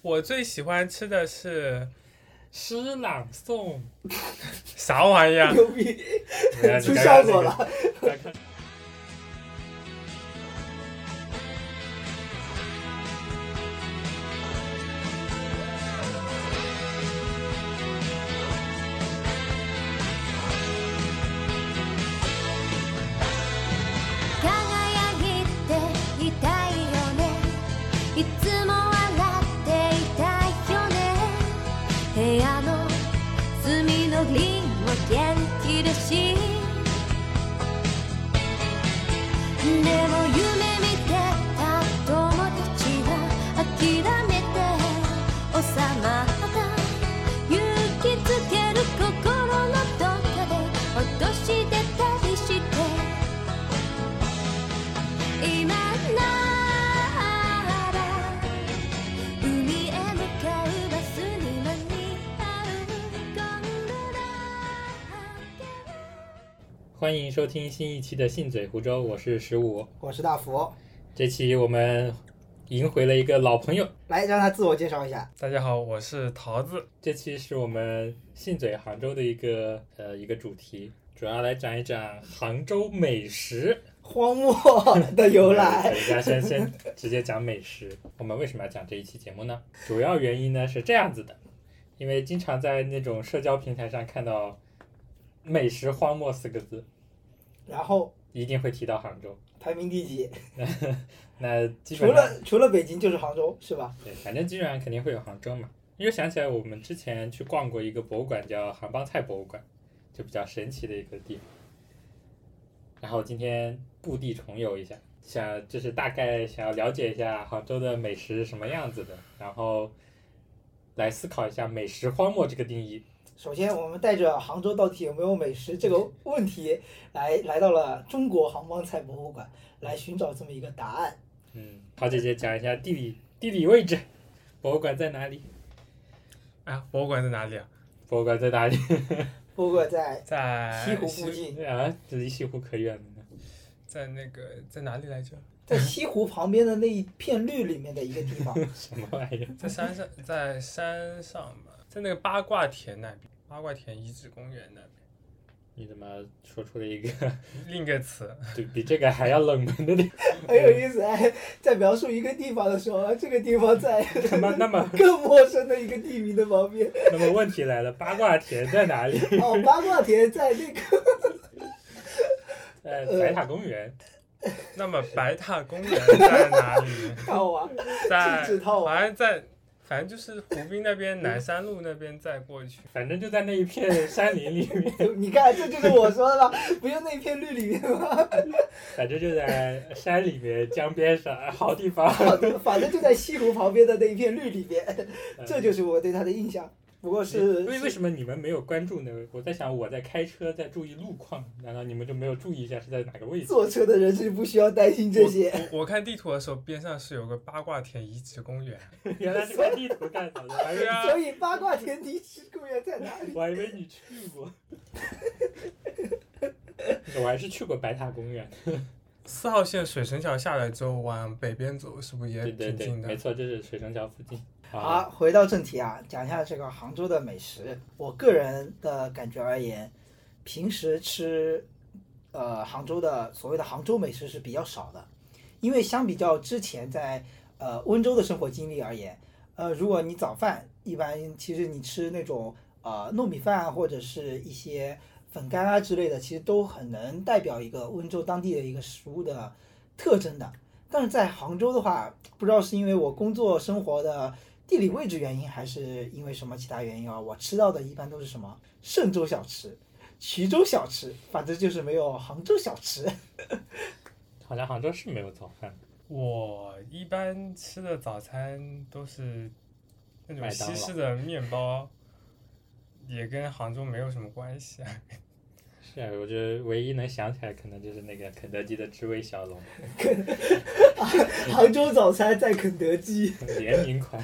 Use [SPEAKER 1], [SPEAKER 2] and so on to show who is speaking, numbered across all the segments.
[SPEAKER 1] 我最喜欢吃的是诗朗诵， 啥玩意 儿？
[SPEAKER 2] 牛逼，
[SPEAKER 1] 等一下
[SPEAKER 2] 出效果。了。
[SPEAKER 1] 你看看这个来看
[SPEAKER 3] 輝いていたいよねいつも笑っていたいよね部屋の隅のリンも元気だしでも夢見てた友達は諦めて収まった勇気づける心のどっかで落としてたりして今なら海へ向かうバスに間に合うゴンドラ
[SPEAKER 4] 欢迎收听新一期的《信嘴湖州》，我是十五。
[SPEAKER 2] 我是大福，
[SPEAKER 4] 这期我们迎回了一个老朋友，
[SPEAKER 2] 来让他自我介绍一下。
[SPEAKER 1] 大家好，我是桃子。
[SPEAKER 4] 这期是我们信嘴杭州的一个呃一个主题，主要来讲一讲杭州美食
[SPEAKER 2] 荒 漠的由来
[SPEAKER 4] 等一下先先直接讲美食。我们为什么要讲这一期节目呢？主要原因呢是这样子的，因为经常在那种社交平台上看到“美食荒漠”四个字，
[SPEAKER 2] 然后
[SPEAKER 4] 一定会提到杭州。
[SPEAKER 2] 排名第几？
[SPEAKER 4] 那基
[SPEAKER 2] 除
[SPEAKER 4] 本上
[SPEAKER 2] 了除了北京就是杭州，是吧？
[SPEAKER 4] 对，反正基本上肯定会有杭州嘛。因为想起来我们之前去逛过一个博物馆，叫杭帮菜博物馆，就比较神奇的一个地方。然后今天故地重游一下，想就是大概想要了解一下杭州的美食是什么样子的，然后来思考一下美食荒漠这个定义。
[SPEAKER 2] 首先，我们带着杭州到底有没有美食这个问题来来到了中国杭帮菜博物馆，来寻找这么一个答案。
[SPEAKER 4] 嗯，好姐姐讲一下地理地理位置，博物馆在哪里？
[SPEAKER 1] 哎，博物馆在哪里啊？
[SPEAKER 4] 博物馆在哪里？
[SPEAKER 2] 不过在
[SPEAKER 1] 在
[SPEAKER 2] 西湖附，近，
[SPEAKER 4] 啊，这离西湖可远了呢。
[SPEAKER 1] 在那个在哪里来着？
[SPEAKER 2] 在西湖旁边的那一片绿里面的一个地 方。
[SPEAKER 4] 什么玩意儿？
[SPEAKER 1] 在山上， 在山上嘛，在那个八卦田那边，八卦田遗址公园那边，
[SPEAKER 4] 你怎么说出了一个
[SPEAKER 1] 另一个词。
[SPEAKER 4] 就比这个还要冷门的地
[SPEAKER 2] 很有意思，哎，在描述一个地方的时候，这个地方在
[SPEAKER 4] 方。那那么
[SPEAKER 2] 更陌生的一个地名的旁边。
[SPEAKER 4] 那么问题来了，八卦田在哪里？
[SPEAKER 2] 哦，八卦田在那个
[SPEAKER 4] 呃，白塔公园。
[SPEAKER 1] 那么白塔公园在哪 里？
[SPEAKER 2] 套娃，
[SPEAKER 1] 在
[SPEAKER 2] 禁止套娃
[SPEAKER 1] 好像在，反正就是湖滨那边、南山路那边再过去。
[SPEAKER 4] 反正就在那一片山林里面，
[SPEAKER 2] 你看，这就是我说的吧？不就那片绿里面吗？
[SPEAKER 4] 反正就在山里面、江边上，哎好地方。
[SPEAKER 2] 好的反正就在西湖旁边的那一片绿里面， 这就是我对他的印象。不过是
[SPEAKER 4] 呃嗯为为什么你们没有关注呢？我在想，我在开车，在注意路况，难道你们就没有注意一下是在哪个位置？
[SPEAKER 2] 坐车的人是不需要担心这些。
[SPEAKER 1] 我 我看地图的时候，边上是有个八卦田遗址公园。
[SPEAKER 4] 原来是看地图看到的，我还以为
[SPEAKER 1] 对啊
[SPEAKER 2] 所以八卦田地是公园在哪里？
[SPEAKER 4] 我还以为你去过。 我还是去过白塔公园。
[SPEAKER 1] 四号线水神桥下来之后，往北边走，是不是也
[SPEAKER 4] 对对
[SPEAKER 1] 挺
[SPEAKER 4] 对，
[SPEAKER 1] 近的？
[SPEAKER 4] 没错，就是水城桥附近。
[SPEAKER 2] 好，回到正题啊，讲一下这个杭州的美食。我个人的感觉而言，平时吃呃杭州的所谓的杭州美食是比较少的，因为相比较之前在呃温州的生活经历而言，呃，如果你早饭一般其实你吃那种呃糯米饭啊或者是一些粉干啊之类的，其实都很能代表一个温州当地的一个食物的特征的。但是在杭州的话，不知道是因为我工作生活的地理位置原因，还是因为什么其他原因啊，我吃到的一般都是什么嵊州小吃、衢州小吃，反正就是没有杭州小吃。
[SPEAKER 4] 好像杭州是没有早饭，
[SPEAKER 1] 我一般吃的早餐都是那种
[SPEAKER 4] 麦当
[SPEAKER 1] 西
[SPEAKER 4] 劳
[SPEAKER 1] 式的面包，也跟杭州没有什么关系啊。
[SPEAKER 4] 是啊，我觉得唯一能想起来可能就是那个肯德基的知味小笼
[SPEAKER 2] 杭州早餐在肯德基，
[SPEAKER 4] 联名款，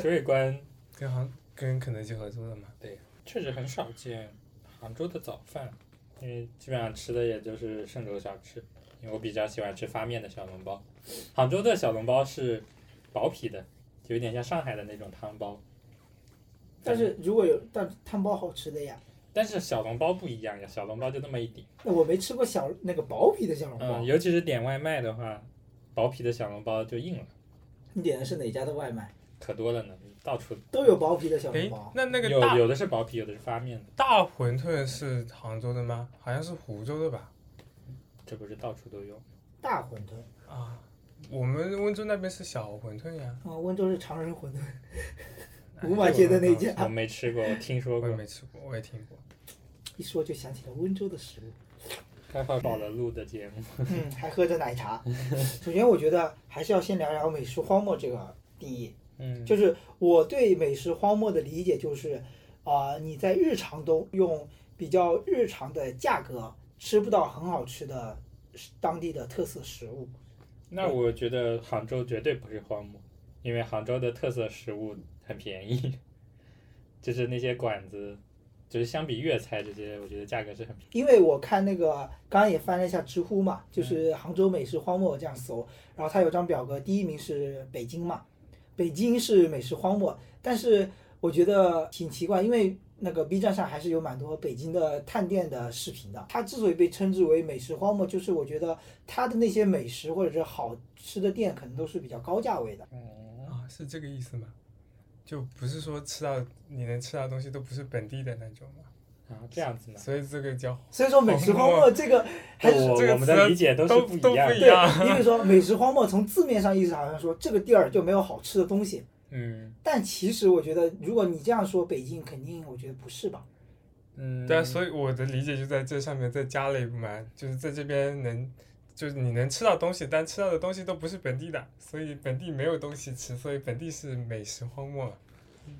[SPEAKER 4] 知味观
[SPEAKER 1] 跟杭跟肯德基合作的嘛。
[SPEAKER 4] 确实很少见杭州的早饭，因为基本上吃的也就是嵊州小吃，因为我比较喜欢吃发面的小笼包，杭州的小笼包是薄皮的，就有点像上海的那种汤包，
[SPEAKER 2] 但是如果有，但汤包好吃的呀。
[SPEAKER 4] 但是小笼包不一样呀，小笼包就那么一点。
[SPEAKER 2] 那我没吃过小那个薄皮的小笼包
[SPEAKER 4] 嗯，，尤其是点外卖的话，薄皮的小笼包就硬了，
[SPEAKER 2] 你点的是哪家的外卖？
[SPEAKER 4] 可多了呢，到处
[SPEAKER 2] 都有薄皮的小笼
[SPEAKER 1] 诶
[SPEAKER 2] 包，。
[SPEAKER 1] 那那个
[SPEAKER 4] 有
[SPEAKER 1] 大
[SPEAKER 4] 有的是薄皮，有的是发面的，
[SPEAKER 1] 大馄饨是杭州的吗？好像是湖州的吧？
[SPEAKER 4] 这不是到处都有。
[SPEAKER 2] 大馄饨
[SPEAKER 1] 啊，我们温州那边是小馄饨呀，
[SPEAKER 2] 啊，温州是常人馄饨，
[SPEAKER 1] 哎
[SPEAKER 2] 五马街的那家
[SPEAKER 4] 我没吃过，我听说
[SPEAKER 1] 我也
[SPEAKER 4] 过。
[SPEAKER 1] 没吃过，我也听过。
[SPEAKER 2] 一说就想起了温州的食物。
[SPEAKER 4] 开放饱了录的节目，
[SPEAKER 2] 嗯，还喝着奶茶。首先，我觉得还是要先聊聊美食荒漠这个定义。
[SPEAKER 4] 嗯，
[SPEAKER 2] 就是我对美食荒漠的理解，就是啊、你在日常中用比较日常的价格吃不到很好吃的当地的特色食物。
[SPEAKER 4] 那我觉得杭州绝对不是荒漠，因为杭州的特色食物很便宜， 就是那些馆子，就是相比粤菜这些，我觉得价格是很便宜。
[SPEAKER 2] 因为我看那个，刚刚也翻了一下知乎嘛，
[SPEAKER 1] 嗯
[SPEAKER 2] 就是杭州美食荒漠这样搜，然后它有张表格，第一名是北京嘛，北京是美食荒漠，但是我觉得挺奇怪，因为那个 B 站上还是有蛮多北京的探店的视频的。它之所以被称之为美食荒漠，就是我觉得它的那些美食或者是好吃的店，可能都是比较高价位的。
[SPEAKER 1] 啊，是这个意思吗？就不是说吃到你能吃到的东西都不是本地的那种嘛，
[SPEAKER 4] 啊，这样子呢？
[SPEAKER 1] 所以这个叫
[SPEAKER 2] 所以说美食
[SPEAKER 1] 哦
[SPEAKER 2] 荒漠 这个还是
[SPEAKER 4] 我
[SPEAKER 1] 这个
[SPEAKER 4] 我们的
[SPEAKER 1] 词
[SPEAKER 4] 理解都是
[SPEAKER 1] 都
[SPEAKER 4] 不一
[SPEAKER 1] 都
[SPEAKER 4] 样
[SPEAKER 1] 不
[SPEAKER 4] 的
[SPEAKER 1] 一样。
[SPEAKER 2] 对，因为说美食荒漠从字面上意思好像说这个地儿就没有好吃的东西。
[SPEAKER 4] 嗯
[SPEAKER 2] 但其实我觉得，如果你这样说，北京肯定我觉得不是吧？
[SPEAKER 4] 嗯，
[SPEAKER 1] 对啊，所以我的理解就在这上面再加了一步嘛，就是在这边能，就是你能吃到东西，但吃到的东西都不是本地的，所以本地没有东西吃，所以本地是美食荒漠。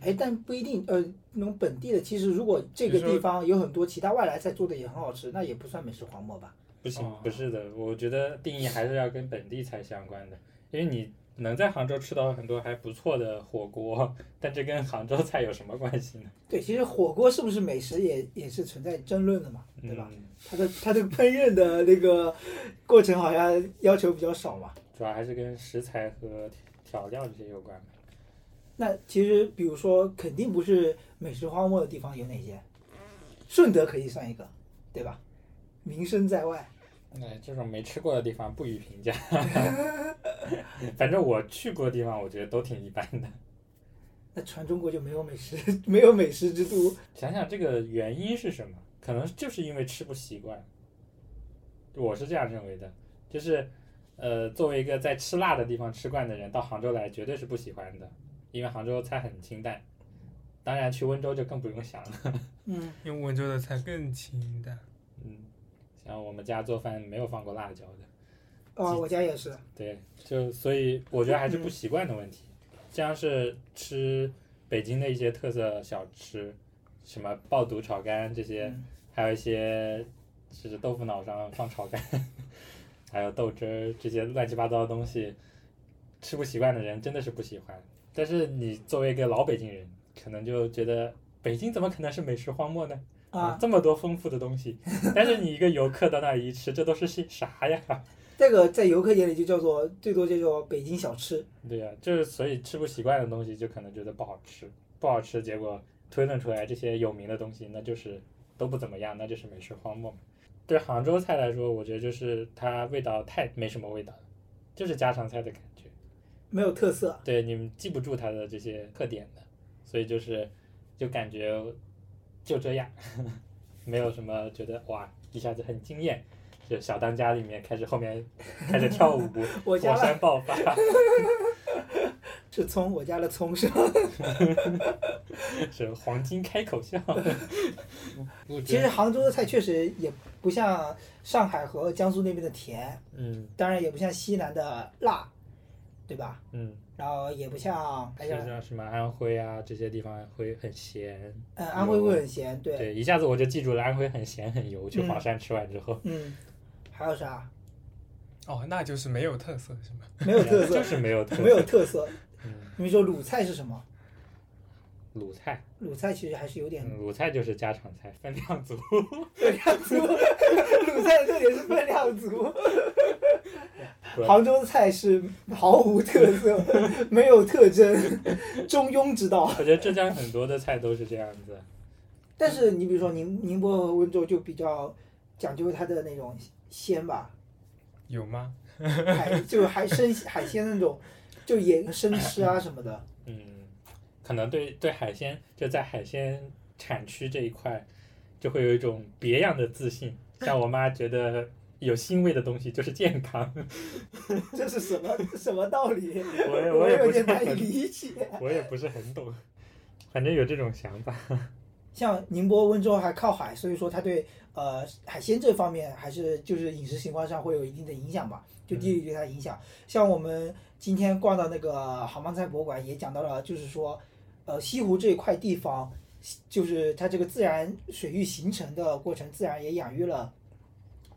[SPEAKER 2] 哎，但不一定。呃，那种本地的，其实如果这个
[SPEAKER 1] 你说
[SPEAKER 2] 地方有很多其他外来菜做的也很好吃，那也不算美食荒漠吧？
[SPEAKER 4] 不行
[SPEAKER 1] 哦，
[SPEAKER 4] 不是的，我觉得定义还是要跟本地菜相关的，因为你能在杭州吃到很多还不错的火锅，但这跟杭州菜有什么关系呢？
[SPEAKER 2] 对，其实火锅是不是美食也也是存在争论的嘛，对吧？
[SPEAKER 4] 嗯？
[SPEAKER 2] 它的它的烹饪的那个过程好像要求比较少嘛。
[SPEAKER 4] 主要还是跟食材和调料这些有关吧。
[SPEAKER 2] 那其实比如说，肯定不是美食荒漠的地方有哪些？顺德可以算一个，对吧？名声在外。
[SPEAKER 4] 哎，这种没吃过的地方不予评价。 反正我去过的地方，我觉得都挺一般的。
[SPEAKER 2] 那全中国就没有美食， 没有美食之都。
[SPEAKER 4] 想想这个原因是什么？可能就是因为吃不习惯，我是这样认为的。就是，呃，作为一个在吃辣的地方吃惯的人，到杭州来绝对是不喜欢的，因为杭州菜很清淡。当然，去温州就更不用想了。
[SPEAKER 2] 嗯，
[SPEAKER 1] 因为温州的菜更清淡，
[SPEAKER 4] 嗯，像我们家做饭没有放过辣椒的，
[SPEAKER 2] 哦，我家也是。
[SPEAKER 4] 对，就所以我觉得还是不习惯的问题。像是吃北京的一些特色小吃，什么爆肚炒肝这些，
[SPEAKER 2] 嗯
[SPEAKER 4] 还有一些就是豆腐脑上放炒肝， 还有豆汁儿这些乱七八糟的东西，吃不习惯的人真的是不喜欢。但是你作为一个老北京人，可能就觉得北京怎么可能是美食荒漠呢？
[SPEAKER 2] 啊，
[SPEAKER 4] 这么多丰富的东西，但是你一个游客到那里一吃，这都是些啥呀？
[SPEAKER 2] 这个在游客眼里就叫做最多就叫做北京小吃。
[SPEAKER 4] 对呀、就是所以吃不习惯的东西，就可能觉得不好吃，不好吃，结果推论出来这些有名的东西，那就是都不怎么样，那就是美食荒漠嘛。对杭州菜来说，我觉得就是它味道太没什么味道了，就是家常菜的感觉。
[SPEAKER 2] 没有特色，
[SPEAKER 4] 对，你们记不住它的这些特点的，所以就是就感觉就这样， 没有什么觉得哇一下子很惊艳。就小当家里面开始后面开始跳舞，
[SPEAKER 2] 我
[SPEAKER 4] 火
[SPEAKER 2] 家了
[SPEAKER 4] 山 爆发，
[SPEAKER 2] 是葱，我家的葱是吧？
[SPEAKER 4] 是黄金开 口笑。 我
[SPEAKER 2] 其
[SPEAKER 4] 觉
[SPEAKER 2] 实
[SPEAKER 4] 得，
[SPEAKER 2] 杭州的菜确实也不像上海和江苏那边的甜，
[SPEAKER 4] 嗯
[SPEAKER 2] 当然也不像西南的辣，对吧？
[SPEAKER 4] 嗯，
[SPEAKER 2] 然后也不像，哎
[SPEAKER 4] 就
[SPEAKER 2] 呀，
[SPEAKER 4] 像什么安徽啊这些地方会很咸，
[SPEAKER 2] 嗯，安徽会很咸，对，
[SPEAKER 4] 对，一下子我就记住了安徽很咸很油。去华山吃完之后，
[SPEAKER 2] 嗯，还有啥？
[SPEAKER 1] 哦，那就是没有特色是吗？
[SPEAKER 2] 没有特
[SPEAKER 4] 哎就
[SPEAKER 2] 色，
[SPEAKER 4] 是 没有特
[SPEAKER 2] 没有
[SPEAKER 4] 色。
[SPEAKER 2] 特色。
[SPEAKER 4] 嗯，
[SPEAKER 2] 你们说鲁菜是什么？
[SPEAKER 4] 鲁菜，
[SPEAKER 2] 鲁菜其实还是有点
[SPEAKER 4] 嗯鲁菜就是家常菜，分 量足。
[SPEAKER 2] 分量足，鲁菜的特点是分量足。
[SPEAKER 4] 对
[SPEAKER 2] 杭州菜是毫无特色，没有特征， 中庸之道。
[SPEAKER 4] 我觉得浙江很多的菜都是这样子，
[SPEAKER 2] 但是你比如说宁宁波和温州就比较讲究它的那种鲜吧，
[SPEAKER 1] 有吗？
[SPEAKER 2] 海 就海生海鲜那种，就也生吃啊什么的。
[SPEAKER 4] 嗯，可能对对海鲜就在海鲜产区这一块，就会有一种别样的自信。像我妈觉得有腥味的东西就是健康，
[SPEAKER 2] 这是什么什么道理？
[SPEAKER 4] 我也
[SPEAKER 2] 我
[SPEAKER 4] 也
[SPEAKER 2] 有
[SPEAKER 4] 不是
[SPEAKER 2] 点难以
[SPEAKER 4] 很，
[SPEAKER 2] 理解。
[SPEAKER 4] 我也不是很懂，反正有这种想法。
[SPEAKER 2] 像宁波、温州还靠海，所以说它对呃海鲜这方面还是就是饮食习惯上会有一定的影响吧，就地理对它的影响。像我们今天逛到那个杭帮菜博物馆，也讲到了，就是说，呃，西湖这一块地方，就是它这个自然水域形成的过程，自然也养育了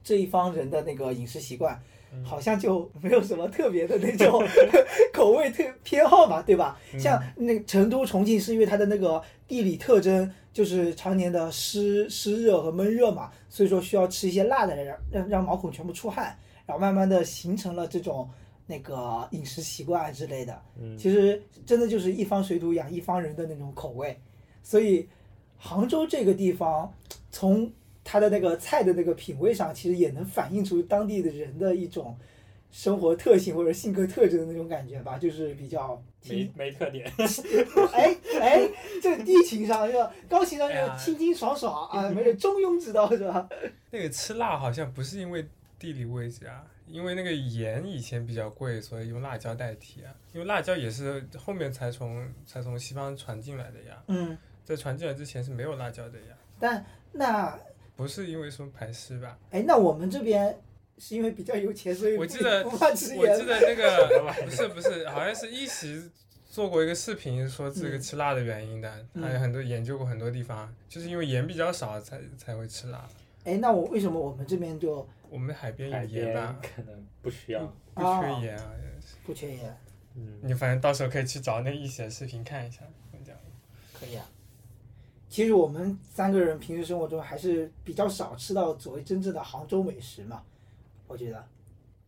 [SPEAKER 2] 这一方人的那个饮食习惯。
[SPEAKER 4] 嗯
[SPEAKER 2] 好像就没有什么特别的那种 口味特偏好嘛，对吧？
[SPEAKER 4] 嗯
[SPEAKER 2] 像那个成都、重庆是因为它的那个地理特征，就是常年的湿湿热和闷热嘛，所以说需要吃一些辣的，让让让毛孔全部出汗，然后慢慢的形成了这种那个饮食习惯之类的。
[SPEAKER 4] 嗯，
[SPEAKER 2] 其实真的就是一方水土养一方人的那种口味，所以杭州这个地方，从它的那个菜的那个品味上，其实也能反映出当地的人的一种生活特性或者性格特征的那种感觉吧，就是比较
[SPEAKER 4] 没
[SPEAKER 2] 清，
[SPEAKER 4] 没特 点。
[SPEAKER 2] 哎哎，这低情商是吧？高情商就
[SPEAKER 1] 哎呀
[SPEAKER 2] 清清爽爽啊，没有中庸之道是吧？
[SPEAKER 1] 那个吃辣好像不是因为地理位置啊，因为那个盐以前比较贵，所以用辣椒代替啊。因为辣椒也是后面才从才从西方传进来的呀，
[SPEAKER 2] 嗯，
[SPEAKER 1] 在传进来之前是没有辣椒的呀。
[SPEAKER 2] 但那
[SPEAKER 1] 不是因为什么排湿吧？
[SPEAKER 2] 哎，那我们这边是因为比较有钱，所以
[SPEAKER 1] 我
[SPEAKER 2] 不
[SPEAKER 1] 记得
[SPEAKER 2] 不怕吃
[SPEAKER 1] 我
[SPEAKER 2] 盐
[SPEAKER 1] 记得那 个不是不是，好像是一席做过一个视频，说这个
[SPEAKER 2] 嗯
[SPEAKER 1] 吃辣的原因的，
[SPEAKER 2] 嗯
[SPEAKER 1] 还有很多研究过很多地方，就是因为盐比较少才才会吃辣。
[SPEAKER 2] 哎，那我为什么我们这边就
[SPEAKER 1] 我们海边
[SPEAKER 4] 海
[SPEAKER 1] 有盐
[SPEAKER 4] 边
[SPEAKER 1] 吧，
[SPEAKER 4] 可能不需要。
[SPEAKER 1] 不
[SPEAKER 2] 啊
[SPEAKER 1] 缺盐啊。
[SPEAKER 2] 不缺盐？
[SPEAKER 4] 嗯，
[SPEAKER 1] 你反正到时候可以去找那一席的视频看一下，我讲。
[SPEAKER 2] 可以啊。其实我们三个人平时生活中还是比较少吃到所谓真正的杭州美食嘛，我觉得。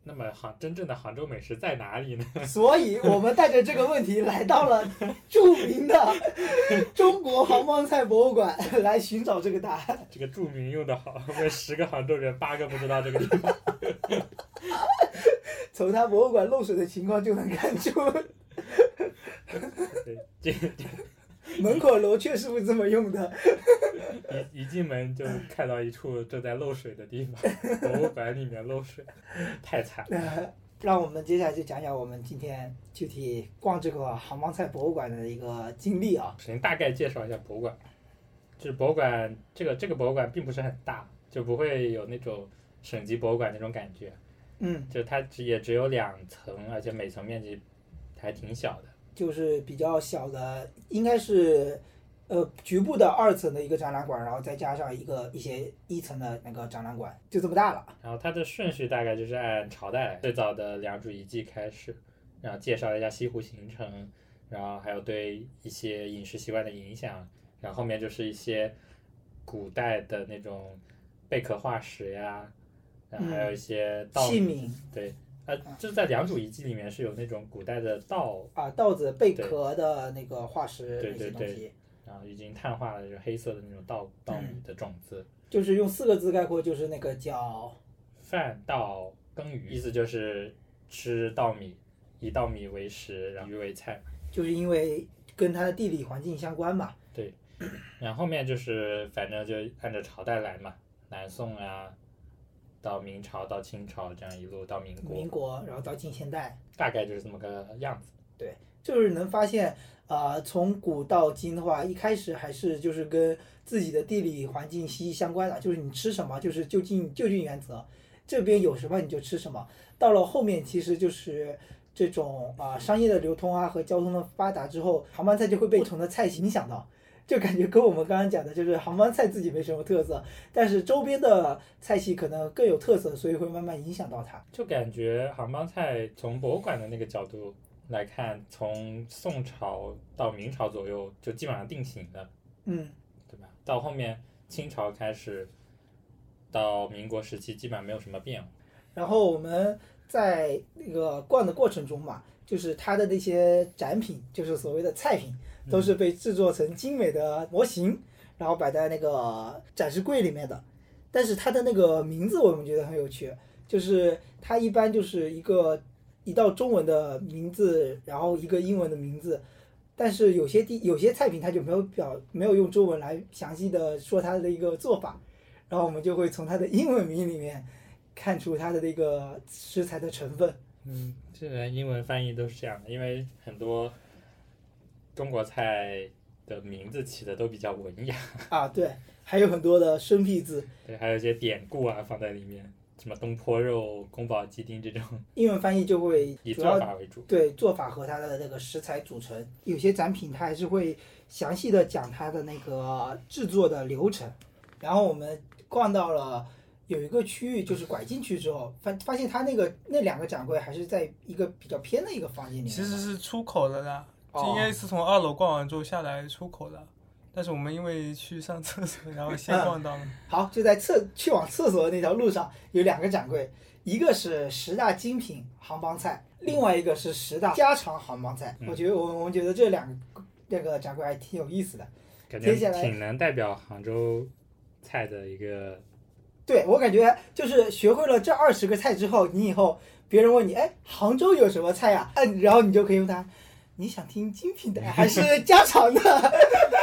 [SPEAKER 4] 那么杭真正的杭州美食在哪里呢？
[SPEAKER 2] 所以我们带着这个问题来到了著名的中国杭帮菜博物馆来寻找这个答案。
[SPEAKER 4] 这个著名用的好，我们十个杭州人八个不知道这个地 方。
[SPEAKER 2] 从它博物馆漏水的情况就能看出，
[SPEAKER 4] 对，这
[SPEAKER 2] 门口楼确实不这么用的。
[SPEAKER 4] 一一进门就看到一处正在漏水的地 方，博物馆里面漏水，太惨
[SPEAKER 2] 那
[SPEAKER 4] 了。
[SPEAKER 2] 呃让我们接下来就讲讲我们今天具体逛这个杭帮菜博物馆的一个经历啊。
[SPEAKER 4] 首先大概介绍一下博物馆，就是博物馆这个这个博物馆并不是很大，就不会有那种省级博物馆那种感觉，
[SPEAKER 2] 嗯，
[SPEAKER 4] 就它只也只有两层，而且每层面积还挺小的。
[SPEAKER 2] 就是比较小的，应该是呃局部的二层的一个展览馆，然后再加上一个一些一层的那个展览馆，就这么大了。
[SPEAKER 4] 然后它的顺序大概就是按朝代来，最早的良渚遗迹开始，然后介绍了一下西湖形成，然后还有对一些饮食习惯的影响，然后后面就是一些古代的那种贝壳化石呀，然后还有一些稻
[SPEAKER 2] 嗯器皿
[SPEAKER 4] 对，呃，就是在良渚遗迹里面是有那种古代的稻，
[SPEAKER 2] 啊，稻子贝壳的那个化石
[SPEAKER 4] 对
[SPEAKER 2] 那些
[SPEAKER 4] 对
[SPEAKER 2] 东
[SPEAKER 4] 对
[SPEAKER 2] 西，
[SPEAKER 4] 然后已经碳化了，就是黑色的那种稻稻
[SPEAKER 2] 嗯
[SPEAKER 4] 米的种子，
[SPEAKER 2] 就是用四个字概括，就是那个叫
[SPEAKER 4] 饭稻耕鱼，意思就是吃稻米，以稻米为食，然后鱼为菜。
[SPEAKER 2] 就是因为跟它的地理环境相关嘛。
[SPEAKER 4] 然后后面就是反正就按照朝代来嘛，南宋啊，到明朝，到清朝，这样一路到民国，
[SPEAKER 2] 民国，然后到近现代，
[SPEAKER 4] 大概就是这么个样子。
[SPEAKER 2] 就是能发现，呃，从古到今的话，一开始还是就是跟自己的地理环境息息相关的，就是你吃什么，就是就近就近原则，这边有什么你就吃什么。到了后面，其实就是这种啊、呃商业的流通啊和交通的发达之后，杭帮菜就会被不同的菜系影响到。就感觉跟我们刚刚讲的，就是杭帮菜自己没什么特色，但是周边的菜系可能更有特色，所以会慢慢影响到它。
[SPEAKER 4] 就感觉杭帮菜从博物馆的那个角度来看，从宋朝到明朝左右就基本上定型了，
[SPEAKER 2] 嗯，
[SPEAKER 4] 对吧？到后面清朝开始，到民国时期基本上没有什么变化。
[SPEAKER 2] 然后我们在那个逛的过程中嘛，就是它的那些展品，就是所谓的菜品，都是被制作成精美的模型，然后摆在那个展示柜里面的。但是它的那个名字我们觉得很有趣，就是它一般就是一个一道中文的名字，然后一个英文的名字。但是有些地有些菜品它就没有表没有用中文来详细的说它的一个做法，然后我们就会从它的英文名里面看出它的那个食材的成分。
[SPEAKER 4] 嗯，这人英文翻译都是这样的，因为很多中国菜的名字起的都比较文雅，
[SPEAKER 2] 啊，对，还有很多的生僻字，
[SPEAKER 4] 对，还有一些典故啊放在里面，什么东坡肉、宫保鸡丁这种，
[SPEAKER 2] 英文翻译就会
[SPEAKER 4] 以
[SPEAKER 2] 主
[SPEAKER 4] 做
[SPEAKER 2] 要
[SPEAKER 4] 法为主。
[SPEAKER 2] 对做法和它的那个食材组成。有些展品它还是会详细的讲它的那个制作的流程。然后我们逛到了有一个区域，就是拐进去之后，发发现它那个那两个展柜还是在一个比较偏的一个房间里面。
[SPEAKER 1] 其实是出口的啦，
[SPEAKER 2] 哦
[SPEAKER 1] 就应该是从二楼逛完之后下来出口的。但是我们因为去上厕所，然后先逛到了。
[SPEAKER 2] 好，就在厕去往厕所的那条路上有两个展柜，一个是十大精品杭帮菜，另外一个是十大家常杭帮菜。
[SPEAKER 4] 嗯
[SPEAKER 2] 我觉得我我们觉得这两个这个展柜还挺有意思的。
[SPEAKER 4] 感
[SPEAKER 2] 接
[SPEAKER 4] 觉
[SPEAKER 2] 下来
[SPEAKER 4] 挺能代表杭州菜的一个，
[SPEAKER 2] 对我感觉就是学会了这二十个菜之后，你以后别人问你，哎，杭州有什么菜呀、嗯、然后你就可以用它。你想听精品的还是家常的？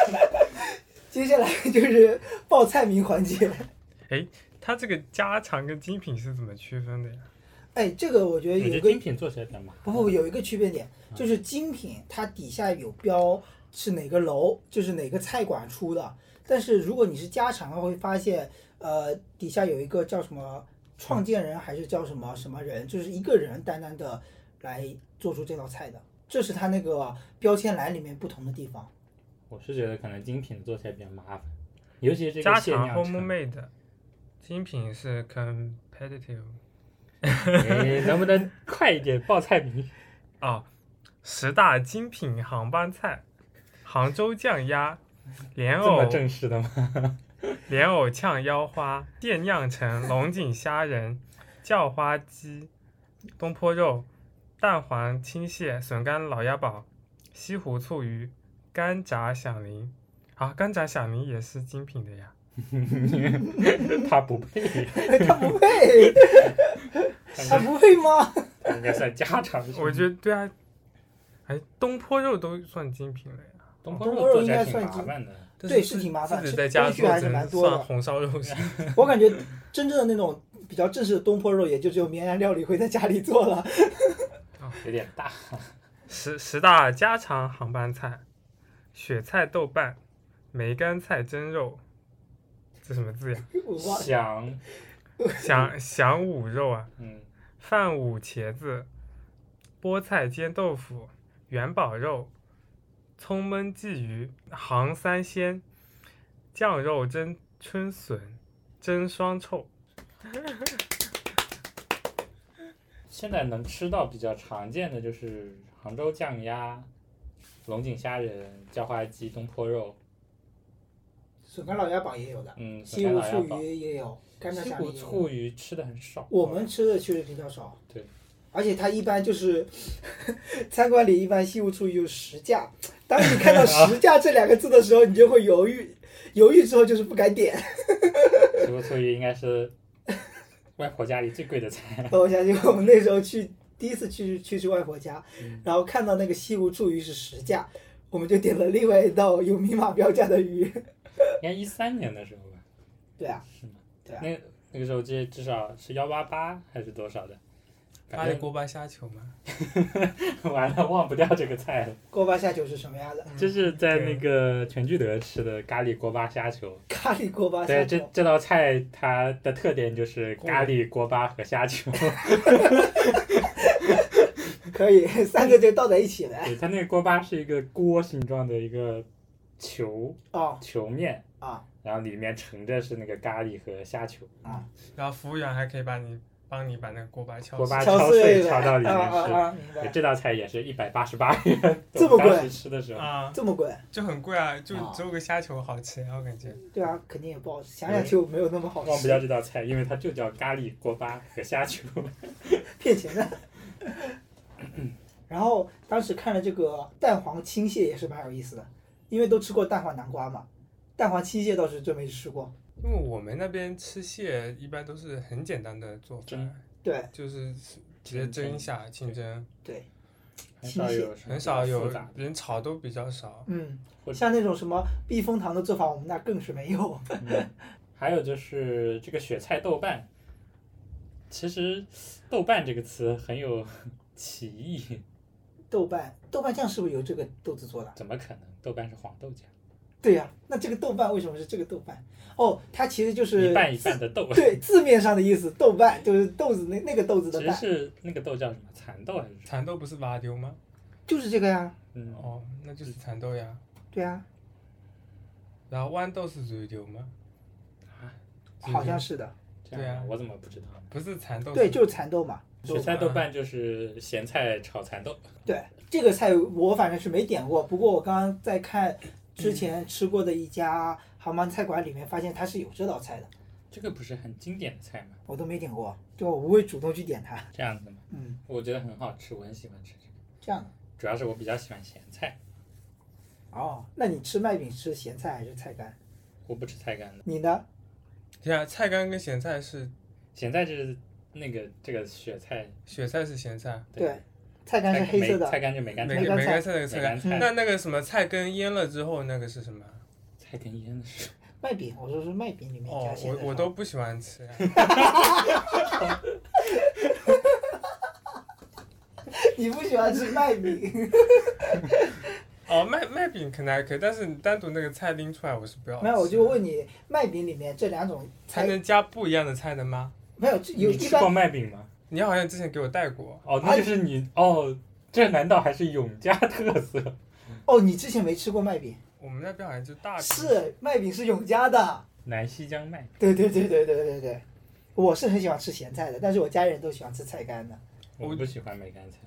[SPEAKER 2] 接下来就是报菜名环节。
[SPEAKER 1] 它这个家常跟精品是怎么区分的呀？
[SPEAKER 2] 哎，这个我觉得
[SPEAKER 4] 我
[SPEAKER 2] 有
[SPEAKER 4] 觉得
[SPEAKER 2] 一个
[SPEAKER 4] 精品做起来比较麻
[SPEAKER 2] 不
[SPEAKER 4] 烦。
[SPEAKER 2] 不，不有一个区别点就是精品，它底下有标是哪个楼，就是哪个菜馆出的。但是如果你是家常的话，会发现呃底下有一个叫什么创建人还是叫什么什么人，就是一个人单单的来做出这道菜的。这是它那个标签栏里面不同的地方。
[SPEAKER 4] 我是觉得可能精品做起来比较麻烦，尤其是这
[SPEAKER 1] 家
[SPEAKER 4] 个限
[SPEAKER 1] 常
[SPEAKER 4] 量
[SPEAKER 1] home
[SPEAKER 4] 成
[SPEAKER 1] made，精品是 competitive。
[SPEAKER 4] 本，哎你能不能快一点报菜名？
[SPEAKER 1] 啊，十大精品杭帮菜：杭州酱鸭、莲
[SPEAKER 4] 这
[SPEAKER 1] 藕
[SPEAKER 4] 么、正式的吗？
[SPEAKER 1] 莲藕呛腰花、电酿橙、龙井虾仁、叫花鸡、东坡肉、蛋黄青蟹、笋干老鸭煲、西湖醋鱼、干炸响铃。啊，干炸响铃也是精品的呀。
[SPEAKER 4] 他不配，
[SPEAKER 2] 哎它不配，它不配吗？
[SPEAKER 4] 他应该算家常。
[SPEAKER 1] 我觉得对啊，哎，东坡肉都算精品了呀。
[SPEAKER 4] 东
[SPEAKER 2] 啊东
[SPEAKER 4] 坡
[SPEAKER 2] 坡肉
[SPEAKER 4] 肉做
[SPEAKER 2] 应
[SPEAKER 4] 起
[SPEAKER 2] 该
[SPEAKER 4] 来挺
[SPEAKER 2] 算
[SPEAKER 4] 麻
[SPEAKER 2] 精
[SPEAKER 4] 烦的。
[SPEAKER 1] 但
[SPEAKER 2] 对
[SPEAKER 1] 自
[SPEAKER 2] 是挺麻烦
[SPEAKER 1] 自己
[SPEAKER 2] 是
[SPEAKER 1] 在家
[SPEAKER 2] 工具
[SPEAKER 1] 做
[SPEAKER 2] 还
[SPEAKER 1] 只
[SPEAKER 2] 是
[SPEAKER 1] 能
[SPEAKER 2] 蛮多的
[SPEAKER 1] 算红烧肉是吧。
[SPEAKER 2] 我感觉真正的那种比较正式的东坡肉，也就只有绵阳料理会在家里做了。
[SPEAKER 4] 有点大。
[SPEAKER 1] 十十大家常杭帮菜：雪菜豆瓣、梅干菜蒸肉，这什么字呀？
[SPEAKER 2] 我忘了
[SPEAKER 4] 香，
[SPEAKER 1] 响响五肉啊，
[SPEAKER 4] 嗯，
[SPEAKER 1] 饭五茄子、菠菜煎豆腐、元宝肉、葱焖鲫鱼、杭三鲜、酱肉蒸春笋、蒸双臭。
[SPEAKER 4] 现在能吃到比较常见的就是杭州酱鸭、龙井虾仁、叫花鸡、东坡肉，
[SPEAKER 2] 笋干老鸭煲也有的，
[SPEAKER 4] 嗯，
[SPEAKER 2] 西
[SPEAKER 4] 笋
[SPEAKER 2] 湖
[SPEAKER 4] 干老鸭
[SPEAKER 2] 醋
[SPEAKER 4] 煲。
[SPEAKER 2] 鱼也有，干炸
[SPEAKER 4] 西
[SPEAKER 2] 虾
[SPEAKER 4] 湖
[SPEAKER 2] 米也有。
[SPEAKER 4] 醋鱼吃的很少，
[SPEAKER 2] 我们吃的确实比较少，
[SPEAKER 4] 对，
[SPEAKER 2] 而且它一般就是 餐馆里一般西湖醋鱼就是实价，当你看到“实价”这两个字的时候，你就会犹豫，犹豫之后就是不敢 点。
[SPEAKER 4] 西湖醋鱼应该是外婆家里最贵的菜。
[SPEAKER 2] 我想起我们那时候去第一次去去去外婆家
[SPEAKER 4] 嗯，
[SPEAKER 2] 然后看到那个西湖醋鱼是实价，我们就点了另外一道有明码标价的鱼。
[SPEAKER 4] 应该一三年的时候吧，
[SPEAKER 2] 对啊，
[SPEAKER 4] 是吗？
[SPEAKER 2] 对啊
[SPEAKER 4] 那那个时候至至少是幺八八还是多少的，
[SPEAKER 1] 巴
[SPEAKER 4] 反
[SPEAKER 1] 黎
[SPEAKER 4] 正
[SPEAKER 1] 锅巴虾球嘛，
[SPEAKER 4] 完了忘不掉这个菜了。
[SPEAKER 2] 锅巴虾球是什么样的？
[SPEAKER 4] 就是在
[SPEAKER 2] 嗯
[SPEAKER 4] 那个全聚德吃的咖喱锅巴虾球。
[SPEAKER 2] 咖喱锅巴虾
[SPEAKER 4] 对，这
[SPEAKER 2] 球。
[SPEAKER 4] 这道菜它的特点就是咖喱锅巴和 虾球。
[SPEAKER 2] 可以，三个就倒在一起来。
[SPEAKER 4] 对，它那个锅巴是一个锅形状的一个球
[SPEAKER 2] 哦
[SPEAKER 4] 球面，
[SPEAKER 2] 啊
[SPEAKER 4] 然后里面盛着是那个咖喱和虾球。
[SPEAKER 2] 啊！
[SPEAKER 1] 然后服务员还可以把你帮你把那个锅巴敲
[SPEAKER 4] 锅巴
[SPEAKER 1] 碎。
[SPEAKER 2] 敲
[SPEAKER 4] 敲
[SPEAKER 2] 碎
[SPEAKER 4] 敲到里面
[SPEAKER 2] 啊啊
[SPEAKER 4] 是
[SPEAKER 2] 啊！明
[SPEAKER 4] 对
[SPEAKER 2] 白，
[SPEAKER 4] 这道菜也是一百八十八元，
[SPEAKER 2] 这么
[SPEAKER 4] 我当
[SPEAKER 2] 贵
[SPEAKER 4] 时吃的时候，
[SPEAKER 1] 啊，
[SPEAKER 2] 这么贵？
[SPEAKER 1] 就很贵啊，就
[SPEAKER 2] 啊
[SPEAKER 1] 只有个虾球好吃，然后感觉
[SPEAKER 2] 对啊，肯定也不好吃，想想就没有那么好
[SPEAKER 4] 忘不
[SPEAKER 2] 吃，
[SPEAKER 4] 掉这道菜，因为它就叫咖喱锅巴和虾 球。
[SPEAKER 2] 骗钱的。然后当时看了这个蛋黄青蟹也是蛮有意思的，因为都吃过蛋黄南瓜嘛，蛋黄青蟹倒是真没吃过。
[SPEAKER 1] 因为我们那边吃蟹一般都是很简单的做法
[SPEAKER 4] 蒸，
[SPEAKER 2] 对
[SPEAKER 1] 就是直接蒸一下清蒸，
[SPEAKER 2] 对，
[SPEAKER 4] 很少有什么
[SPEAKER 1] 很少
[SPEAKER 4] 复
[SPEAKER 1] 有
[SPEAKER 4] 杂
[SPEAKER 1] 人炒都比较少。
[SPEAKER 2] 嗯
[SPEAKER 4] 或，者
[SPEAKER 2] 像那种什么避风塘的做法，我们那更是没有。
[SPEAKER 4] 的。嗯还有就是这个雪菜豆瓣，其实“豆瓣”这个词很有歧义，
[SPEAKER 2] 豆瓣豆瓣酱是不是由这个豆子做的？
[SPEAKER 4] 怎么可能？豆瓣是黄豆酱，
[SPEAKER 2] 对呀、那这个豆瓣为什么是这个豆瓣？哦，它其实就是
[SPEAKER 4] 一半一半的豆，
[SPEAKER 2] 对字面上的意思，豆瓣就是豆子那那个豆子的
[SPEAKER 4] 只
[SPEAKER 2] 瓣，
[SPEAKER 4] 是那个豆叫什么蚕豆还是什么？
[SPEAKER 1] 蚕豆不是挖丢吗？
[SPEAKER 2] 就是这个呀，
[SPEAKER 4] 嗯，
[SPEAKER 1] 哦，那就是蚕豆呀。
[SPEAKER 2] 对呀，
[SPEAKER 1] 然后豌豆是猪丢吗？
[SPEAKER 4] 啊
[SPEAKER 1] 嗯
[SPEAKER 2] 好像是的，
[SPEAKER 4] 这样
[SPEAKER 1] 对啊
[SPEAKER 4] 我怎么不知道？
[SPEAKER 1] 不是蚕豆，
[SPEAKER 2] 对，就是蚕豆嘛。
[SPEAKER 4] 雪菜豆瓣就是咸菜炒蚕豆，
[SPEAKER 2] 对这个菜我反正是没点过，不过我刚刚在看之前吃过的一家杭帮菜馆里面发现它是有这道菜的，
[SPEAKER 4] 这个不是很经典的菜吗？
[SPEAKER 2] 我都没点过，就我不会主动去点它。
[SPEAKER 4] 这样子的吗？
[SPEAKER 2] 嗯，
[SPEAKER 4] 我觉得很好吃，我很喜欢吃这个，
[SPEAKER 2] 这样的。
[SPEAKER 4] 主要是我比较喜欢咸菜，
[SPEAKER 2] 哦，那你吃麦饼吃咸菜还是菜干？
[SPEAKER 4] 我不吃菜干的。
[SPEAKER 2] 你呢？
[SPEAKER 1] 对啊，菜干跟咸菜是
[SPEAKER 4] 咸菜就是那个这个雪菜，
[SPEAKER 1] 雪菜是咸菜，
[SPEAKER 2] 对，菜干是
[SPEAKER 4] 菜
[SPEAKER 2] 黑色
[SPEAKER 4] 梅菜
[SPEAKER 2] 的，
[SPEAKER 4] 干就梅干
[SPEAKER 1] 梅
[SPEAKER 4] 菜，
[SPEAKER 2] 梅干
[SPEAKER 1] 梅干
[SPEAKER 2] 菜
[SPEAKER 1] 菜那个菜
[SPEAKER 4] 梅
[SPEAKER 1] 干嗯
[SPEAKER 4] 干。菜
[SPEAKER 1] 那那个什么菜根腌了之后那个是什么？
[SPEAKER 4] 菜跟腌的是
[SPEAKER 2] 麦饼，我说是麦饼里面加
[SPEAKER 1] 哦，
[SPEAKER 2] 咸菜。
[SPEAKER 1] 我我都不喜欢吃呀。
[SPEAKER 2] 你不喜欢吃麦饼？
[SPEAKER 1] 哦，麦麦饼可能还可以，但是你单独那个菜拎出来我哦是不要吃。
[SPEAKER 2] 没有，我就问你，麦饼里面这两种
[SPEAKER 1] 还
[SPEAKER 2] 菜
[SPEAKER 1] 能加不一样的菜的吗？
[SPEAKER 2] 没有？有
[SPEAKER 4] 你
[SPEAKER 2] 一
[SPEAKER 4] 吃过
[SPEAKER 2] 般啊
[SPEAKER 4] 麦饼吗？
[SPEAKER 1] 你好像之前给我带过，
[SPEAKER 4] 哦，那就是你哦，这难道还是永嘉特色？
[SPEAKER 2] 哦，你之前没吃过麦饼？
[SPEAKER 1] 我们那边好像就大饼
[SPEAKER 2] 是麦饼是永嘉的。
[SPEAKER 4] 南溪江麦
[SPEAKER 2] 对对对对对对对，我是很喜欢吃咸菜的，但是我家人都喜欢吃菜干的。
[SPEAKER 4] 我不喜欢梅干菜，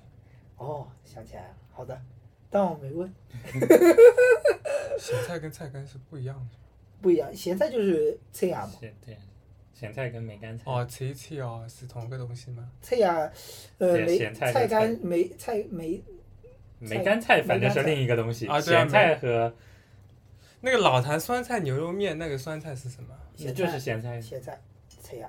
[SPEAKER 2] 哦，想起来了，好的，当我没问。
[SPEAKER 1] 咸菜跟菜干是不一样的。
[SPEAKER 2] 不一样，咸菜就是菜芽嘛，
[SPEAKER 4] 咸对，咸菜跟梅干菜。
[SPEAKER 1] 哦，切一切哦，是同个东西吗？
[SPEAKER 2] 菜芽，呃，
[SPEAKER 4] 对
[SPEAKER 2] 梅
[SPEAKER 4] 咸菜
[SPEAKER 2] 菜
[SPEAKER 4] 跟
[SPEAKER 2] 干梅菜梅
[SPEAKER 4] 梅干菜反正是另一个东西，
[SPEAKER 1] 啊对啊
[SPEAKER 4] 咸菜和
[SPEAKER 1] 那个老坛酸菜牛肉面那个酸菜是什么？
[SPEAKER 2] 咸
[SPEAKER 4] 就是
[SPEAKER 2] 菜
[SPEAKER 4] 咸菜，
[SPEAKER 2] 咸菜菜芽，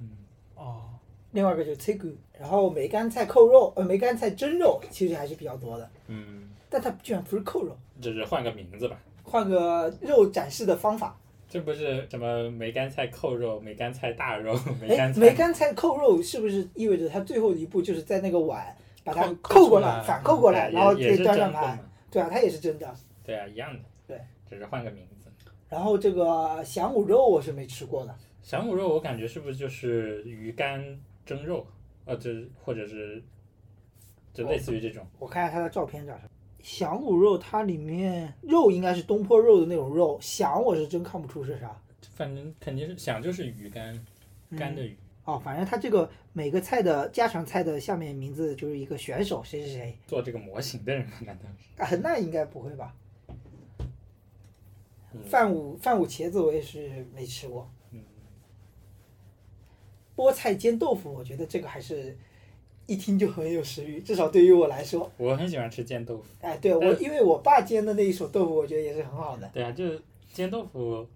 [SPEAKER 4] 嗯，
[SPEAKER 1] 哦，
[SPEAKER 2] 另外一个就是菜骨，然后梅干菜扣肉，呃，梅干菜蒸肉其实还是比较多的，
[SPEAKER 4] 嗯，
[SPEAKER 2] 但它居然不是扣肉，
[SPEAKER 4] 只是换个名字吧。
[SPEAKER 2] 换个肉展示的方法。
[SPEAKER 4] 这不是什么梅干菜扣肉、梅干菜大肉、 梅
[SPEAKER 2] 哎
[SPEAKER 4] 干，菜
[SPEAKER 2] 梅干菜扣肉是不是意味着它最后一步就是在那个碗把它
[SPEAKER 1] 扣扣
[SPEAKER 2] 扣过
[SPEAKER 1] 出
[SPEAKER 2] 来，
[SPEAKER 1] 来
[SPEAKER 2] 反扣过来，
[SPEAKER 4] 对
[SPEAKER 2] 然后
[SPEAKER 4] 也
[SPEAKER 2] 直
[SPEAKER 4] 也
[SPEAKER 2] 接
[SPEAKER 4] 是
[SPEAKER 2] 端
[SPEAKER 4] 蒸
[SPEAKER 2] 上
[SPEAKER 4] 的
[SPEAKER 2] 盘？
[SPEAKER 4] 嘛
[SPEAKER 2] 对啊，它也是蒸的。
[SPEAKER 4] 对啊，一样的，
[SPEAKER 2] 对，
[SPEAKER 4] 只是换个名字。
[SPEAKER 2] 然后这个响五肉我是没吃过的，
[SPEAKER 4] 响骨肉我感觉是不是就是鱼干蒸肉，呃，这或者是
[SPEAKER 2] 哦
[SPEAKER 4] 就类似于这种，
[SPEAKER 2] 我看一下它的照片长什么。响骨肉它里面肉应该是东坡肉的那种肉，响我是真看不出是啥。
[SPEAKER 4] 反正肯定是想就是鱼干干的鱼，
[SPEAKER 2] 哦，反正它这个每个菜的家常菜的下面名字就是一个选手谁谁谁
[SPEAKER 4] 做这个模型的人难道是？
[SPEAKER 2] 啊， 那应该不会吧？
[SPEAKER 4] 嗯
[SPEAKER 2] 范武范武茄子我也是没吃过，
[SPEAKER 4] 嗯，
[SPEAKER 2] 菠菜煎豆腐，我觉得这个还是一听就很有食欲，至少对于我来说，
[SPEAKER 4] 我很喜欢吃煎豆腐。
[SPEAKER 2] 哎，对我因为我爸煎的那一手豆腐，我觉得也是很 好的。
[SPEAKER 4] 对啊，就煎豆腐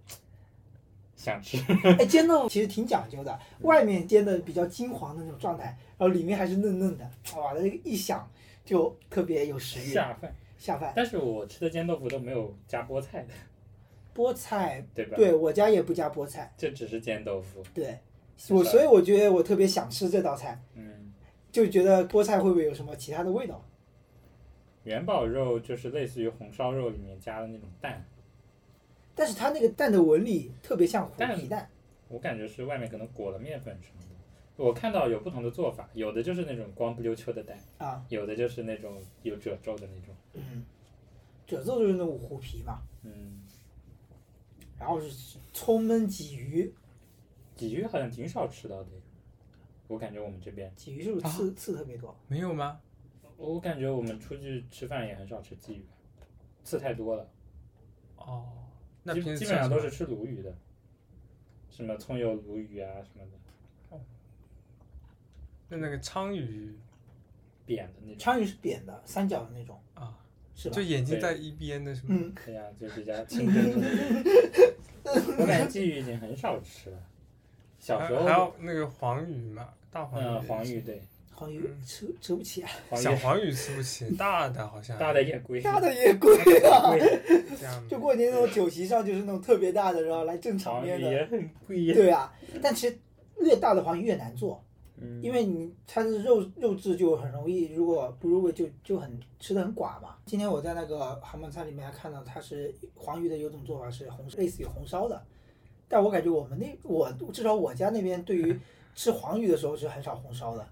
[SPEAKER 4] 想吃，
[SPEAKER 2] 哎，煎豆腐其实挺讲究的，外面煎的比较金黄的那种状态，然后里面还是嫩嫩的，哇，那个一想就特别有食欲。
[SPEAKER 4] 下饭。
[SPEAKER 2] 下饭，
[SPEAKER 4] 但是我吃的煎豆腐都没有加菠菜的，
[SPEAKER 2] 菠菜，
[SPEAKER 4] 对吧？，
[SPEAKER 2] 对我家也不加菠菜，
[SPEAKER 4] 就只是煎豆腐。
[SPEAKER 2] 对我，所以我觉得我特别想吃这道菜，
[SPEAKER 4] 嗯，
[SPEAKER 2] 就觉得菠菜会不会有什么其他的味道？
[SPEAKER 4] 元宝肉就是类似于红烧肉里面加的那种蛋，
[SPEAKER 2] 但是它那个蛋的纹理特别像虎
[SPEAKER 4] 蛋
[SPEAKER 2] 皮蛋，
[SPEAKER 4] 我感觉是外面可能裹了面粉什么的。我看到有不同的做法，有的就是那种光不溜秋的蛋，
[SPEAKER 2] 啊，
[SPEAKER 4] 有的就是那种有褶皱的那种。
[SPEAKER 2] 嗯，褶皱就是那种虎皮嘛，
[SPEAKER 4] 嗯，
[SPEAKER 2] 然后是葱焖鲫鱼，
[SPEAKER 4] 鲫鱼好像挺少吃到的，我感觉我们这边，
[SPEAKER 2] 鲫鱼是不是
[SPEAKER 1] 啊
[SPEAKER 2] 刺刺特别多？
[SPEAKER 1] 没有吗？
[SPEAKER 4] 我感觉我们出去吃饭也很少吃鲫鱼，刺太多了，
[SPEAKER 1] 哦，那
[SPEAKER 4] 基
[SPEAKER 1] 平时
[SPEAKER 4] 基
[SPEAKER 1] 吃
[SPEAKER 4] 本上
[SPEAKER 1] 什
[SPEAKER 4] 都
[SPEAKER 1] 么
[SPEAKER 4] 是吃鲈鱼的，什么葱油鲈鱼啊什么的，
[SPEAKER 1] 那那个鲳鱼
[SPEAKER 4] 扁的那种。
[SPEAKER 2] 鲳鱼是扁的，三角的那种，
[SPEAKER 1] 啊，
[SPEAKER 2] 是吧
[SPEAKER 1] 就？眼睛
[SPEAKER 4] 对
[SPEAKER 1] 在一边的是吗？
[SPEAKER 2] 嗯，
[SPEAKER 4] 哎对呀、就比较清蒸的。我感觉鲫鱼已经很少吃了，小
[SPEAKER 1] 还
[SPEAKER 4] 时候
[SPEAKER 1] 还有那个黄鱼嘛，大黄
[SPEAKER 4] 嗯
[SPEAKER 1] 鱼，
[SPEAKER 4] 黄，鱼对
[SPEAKER 2] 黄鱼
[SPEAKER 1] 嗯
[SPEAKER 2] 吃吃不起啊，
[SPEAKER 4] 黄
[SPEAKER 1] 小
[SPEAKER 4] 鱼
[SPEAKER 1] 黄鱼吃不起，大的好像
[SPEAKER 4] 大的也贵，
[SPEAKER 2] 大的也贵啊。
[SPEAKER 4] 贵，
[SPEAKER 1] 这样
[SPEAKER 2] 就
[SPEAKER 1] 吗
[SPEAKER 2] 过年那种酒席上，就是那种特别大的，然后来正场
[SPEAKER 4] 黄鱼
[SPEAKER 2] 面
[SPEAKER 4] 也
[SPEAKER 1] 啊
[SPEAKER 2] 的，
[SPEAKER 4] 很贵呀。
[SPEAKER 2] 对啊。但其实越大的黄鱼越难做，
[SPEAKER 4] 嗯
[SPEAKER 2] 因为你它的肉肉质就很容易，如果不入味就就很吃的很寡嘛。今天我在那个杭帮菜里面还看到，它是黄鱼的有种做法是红类似于红烧的，但我感觉我们那我至少我家那边对于吃黄鱼的时候是很少红烧的，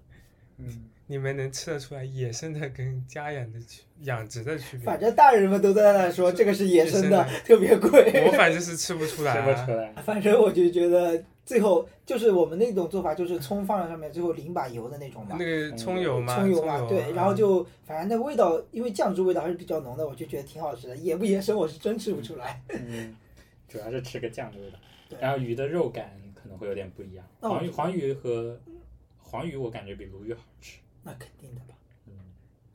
[SPEAKER 4] 嗯，
[SPEAKER 1] 你们能吃得出来野生的跟家养的区养殖的区别？
[SPEAKER 2] 反正大人们都在那说这个是野生的，特别
[SPEAKER 1] 我
[SPEAKER 2] 贵。
[SPEAKER 1] 反正是吃不出来、
[SPEAKER 4] 吃
[SPEAKER 1] 啊，
[SPEAKER 4] 不出来。
[SPEAKER 2] 反正我就觉得最后就是我们那种做法，就是葱放在上面，最后淋把油的那种嘛。
[SPEAKER 1] 那个
[SPEAKER 4] 嗯
[SPEAKER 1] 葱油啊嘛，
[SPEAKER 2] 葱油
[SPEAKER 1] 嘛
[SPEAKER 2] 嘛，，对，然后就反正那味道，因为酱汁味道还是比较浓的，我就觉得挺好吃的。野不野生，我是真吃不出来。
[SPEAKER 4] 嗯，主要是吃个酱的味道
[SPEAKER 2] 对，
[SPEAKER 4] 然后鱼的肉感可能会有点不一样。
[SPEAKER 2] 那我
[SPEAKER 4] 黄
[SPEAKER 2] 觉得
[SPEAKER 4] 鱼黄鱼和黄鱼我感觉比鲈鱼好吃。
[SPEAKER 2] 那肯定的吧，
[SPEAKER 4] 嗯，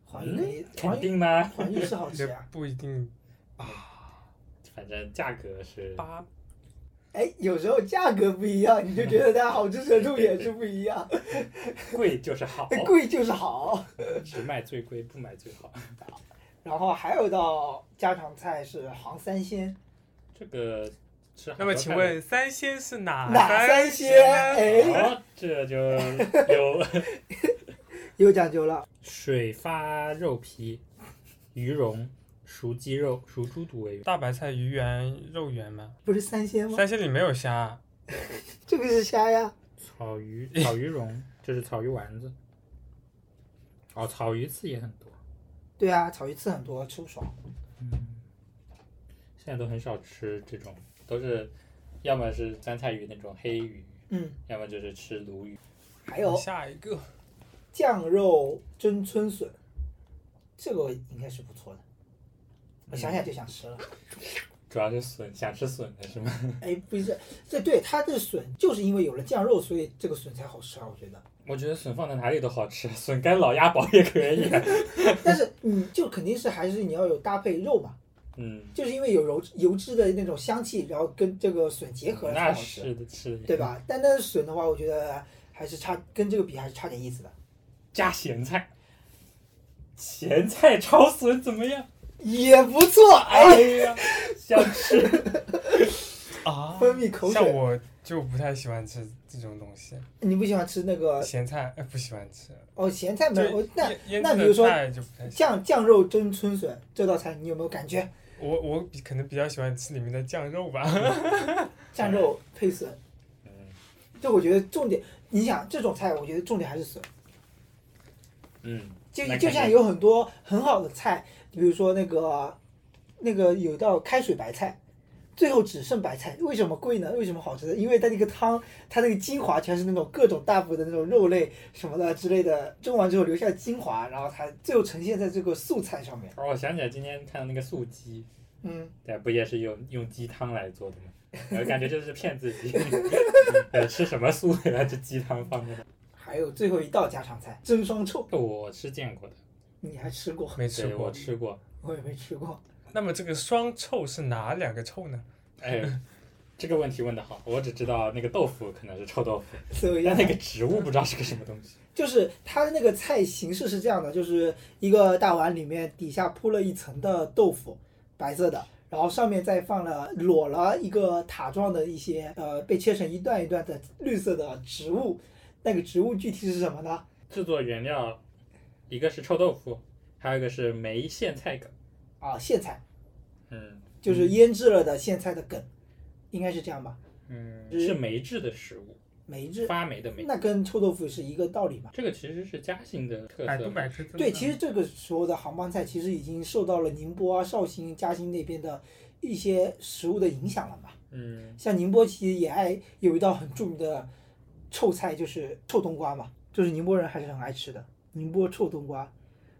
[SPEAKER 2] 黄鱼
[SPEAKER 4] 肯
[SPEAKER 2] 黄鱼
[SPEAKER 4] 定啦，
[SPEAKER 2] 黄鱼是好吃
[SPEAKER 1] 这
[SPEAKER 2] 啊。
[SPEAKER 1] 不一定啊。
[SPEAKER 4] 反正价格是
[SPEAKER 1] 八
[SPEAKER 2] 哎，有时候价格不一样，你就觉得它好吃程度也是不一样，
[SPEAKER 4] 贵就是好，
[SPEAKER 2] 贵就是好。
[SPEAKER 4] 只买最贵不买最好。
[SPEAKER 2] 然后还有道家常菜是杭三鲜，
[SPEAKER 4] 这个吃好
[SPEAKER 1] 那
[SPEAKER 4] 多
[SPEAKER 1] 么，请
[SPEAKER 4] 菜
[SPEAKER 1] 问三鲜是哪
[SPEAKER 2] 哪
[SPEAKER 1] 啊三
[SPEAKER 2] 三鲜？哎，
[SPEAKER 4] 好，哦这就有
[SPEAKER 2] 有讲究了。
[SPEAKER 4] 水发肉皮、鱼蓉、熟鸡肉、熟猪肚为原。
[SPEAKER 1] 大白菜、鱼圆、肉圆吗？
[SPEAKER 2] 不是三鲜吗？
[SPEAKER 1] 三鲜里没有虾，
[SPEAKER 2] 这个是虾呀，
[SPEAKER 4] 草鱼、草鱼蓉，这是草鱼丸子。哦，草鱼刺也很多，
[SPEAKER 2] 对啊，草鱼刺很多，吃不爽。
[SPEAKER 4] 现在都很少吃这种，都是要么是酸菜鱼那种黑鱼，
[SPEAKER 2] 嗯，
[SPEAKER 4] 要么就是吃鲈鱼。
[SPEAKER 2] 还有
[SPEAKER 1] 下一个
[SPEAKER 2] 酱肉蒸春笋，这个应该是不错的。我想想就想吃了。
[SPEAKER 4] 主要是笋，想吃笋的是吗？
[SPEAKER 1] 嗯
[SPEAKER 2] 哎，不是，这对它这笋就是因为有了酱肉，所以这个笋才好吃啊，我觉得。
[SPEAKER 4] 我觉得笋放在哪里都好吃，笋干老鸭煲也可以。啊
[SPEAKER 2] 但是你就肯定是还是你要有搭配肉嘛，
[SPEAKER 4] 嗯，
[SPEAKER 2] 就是因为有油油脂的那种香气，然后跟这个笋结合才
[SPEAKER 4] 那
[SPEAKER 2] 好吃，
[SPEAKER 4] 是的，是的，
[SPEAKER 2] 对？吧？单单笋的话，我觉得还是差跟这个比还是差点意思的。
[SPEAKER 4] 加咸菜，咸菜炒笋怎么样？
[SPEAKER 2] 也不错，
[SPEAKER 4] 哎
[SPEAKER 2] 哎，
[SPEAKER 4] 呀，想吃。
[SPEAKER 1] 啊
[SPEAKER 2] 分泌口
[SPEAKER 1] 像
[SPEAKER 2] 水。
[SPEAKER 1] 我就不太喜欢吃这种东西，
[SPEAKER 2] 你不喜欢吃那个
[SPEAKER 1] 咸菜哎不喜欢吃，
[SPEAKER 2] 哦咸菜没有？
[SPEAKER 1] 就
[SPEAKER 2] 我那
[SPEAKER 1] 腌腌
[SPEAKER 2] 那
[SPEAKER 1] 制
[SPEAKER 2] 比如
[SPEAKER 1] 的
[SPEAKER 2] 说
[SPEAKER 1] 菜就不太喜欢。
[SPEAKER 2] 酱酱肉蒸春笋这道菜，你有没有感觉？
[SPEAKER 1] 我我比可能比较喜欢吃里面的酱肉吧，
[SPEAKER 2] 酱肉配笋，
[SPEAKER 4] 嗯
[SPEAKER 2] 这我觉得重点。你想这种菜，我觉得重点还是笋。
[SPEAKER 4] 嗯，
[SPEAKER 2] 就
[SPEAKER 4] 那
[SPEAKER 2] 就
[SPEAKER 4] 肯
[SPEAKER 2] 像
[SPEAKER 4] 定
[SPEAKER 2] 有很多很好的菜，比如说那个那个有道开水白菜，最后只剩白菜，为什么贵呢？为什么好吃呢？因为它那个汤，它那个精华全是那种各种大补的那种肉类什么的之类的，蒸完之后留下精华，然后它最后呈现在这个素菜上面。
[SPEAKER 4] 哦，我想起来今天看到那个素鸡，
[SPEAKER 2] 嗯，
[SPEAKER 4] 对，不也是用用鸡汤来做的吗？我感觉就是骗自己， 呃，吃什么素呀？这鸡汤放的，
[SPEAKER 2] 还有最后一道家常菜蒸双臭，
[SPEAKER 4] 我是见过的，
[SPEAKER 2] 你还吃过？
[SPEAKER 1] 没吃
[SPEAKER 4] 对我
[SPEAKER 1] 过。
[SPEAKER 4] 吃过。
[SPEAKER 2] 我也没吃过。
[SPEAKER 1] 那么这个双臭是哪两个臭呢？
[SPEAKER 4] 哎，这个问题问得好，我只知道那个豆腐可能是臭豆腐，
[SPEAKER 2] 所以啊
[SPEAKER 4] 但那个植物不知道是个什么东西。
[SPEAKER 2] 就是它的那个菜形式是这样的，就是一个大碗里面底下铺了一层的豆腐，白色的，然后上面再放了呃裸了一个塔状的一些呃被切成一段一段的绿色的植物，那个植物具体是什么呢？
[SPEAKER 4] 制作原料，一个是臭豆腐，还有一个是梅苋菜梗。
[SPEAKER 2] 啊，苋菜，
[SPEAKER 4] 嗯
[SPEAKER 2] 就是腌制了的苋菜的梗，应该是这样吧？
[SPEAKER 4] 嗯，是梅制的食物，
[SPEAKER 2] 梅制，
[SPEAKER 4] 发霉的霉。
[SPEAKER 2] 那跟臭豆腐是一个道理嘛？
[SPEAKER 4] 这个其实是嘉兴的特色。
[SPEAKER 1] 百度百科
[SPEAKER 4] 嗯
[SPEAKER 2] 对，其实这个时候的杭帮菜其实已经受到了宁波啊、绍兴、嘉兴那边的一些食物的影响了嘛。
[SPEAKER 4] 嗯，
[SPEAKER 2] 像宁波其实也爱有一道很著名的臭菜就是臭冬瓜嘛，就是宁波人还是很爱吃的。宁波臭冬瓜，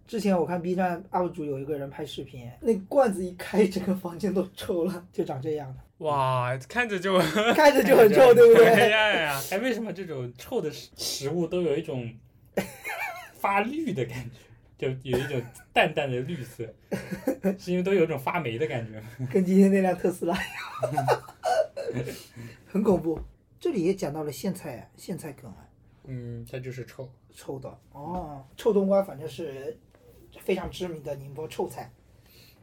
[SPEAKER 2] 之前我看 B 站 UP 主有一个人拍视频，那罐子一开，整个房间都臭了，就长这样的，
[SPEAKER 1] 哇，看着就很
[SPEAKER 2] 看 着就很臭，对不
[SPEAKER 1] 黑
[SPEAKER 2] 对？
[SPEAKER 1] 暗啊！
[SPEAKER 4] 哎，为什么这种臭的食食物都有一 种发绿的感觉？就有一种淡淡的绿色，是因为都有一种发霉的感觉吗？
[SPEAKER 2] 跟今天那辆特斯拉一样， 很恐怖。这里也讲到了苋菜啊，苋菜梗啊，
[SPEAKER 4] 嗯，它就是臭。
[SPEAKER 2] 臭的哦，臭冬瓜反正是非常知名的宁波臭菜，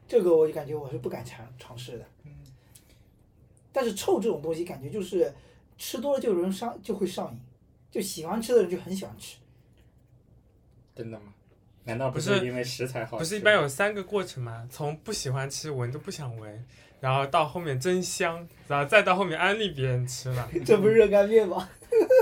[SPEAKER 2] 这个我就感觉我是不敢尝尝试的。嗯，但是臭这种东西感觉就是吃多了就容易上就会上瘾，就喜欢吃的人就很喜欢 吃。
[SPEAKER 4] 真的吗？难道
[SPEAKER 1] 不
[SPEAKER 4] 是
[SPEAKER 1] 是
[SPEAKER 4] 因为食材好
[SPEAKER 1] 不
[SPEAKER 4] 吃
[SPEAKER 1] 是一般有三个过程吗？从不喜欢吃，闻都不想闻，然后到后面真香，然后再到后面安利别人吃了，
[SPEAKER 2] 这不是热干面 吗？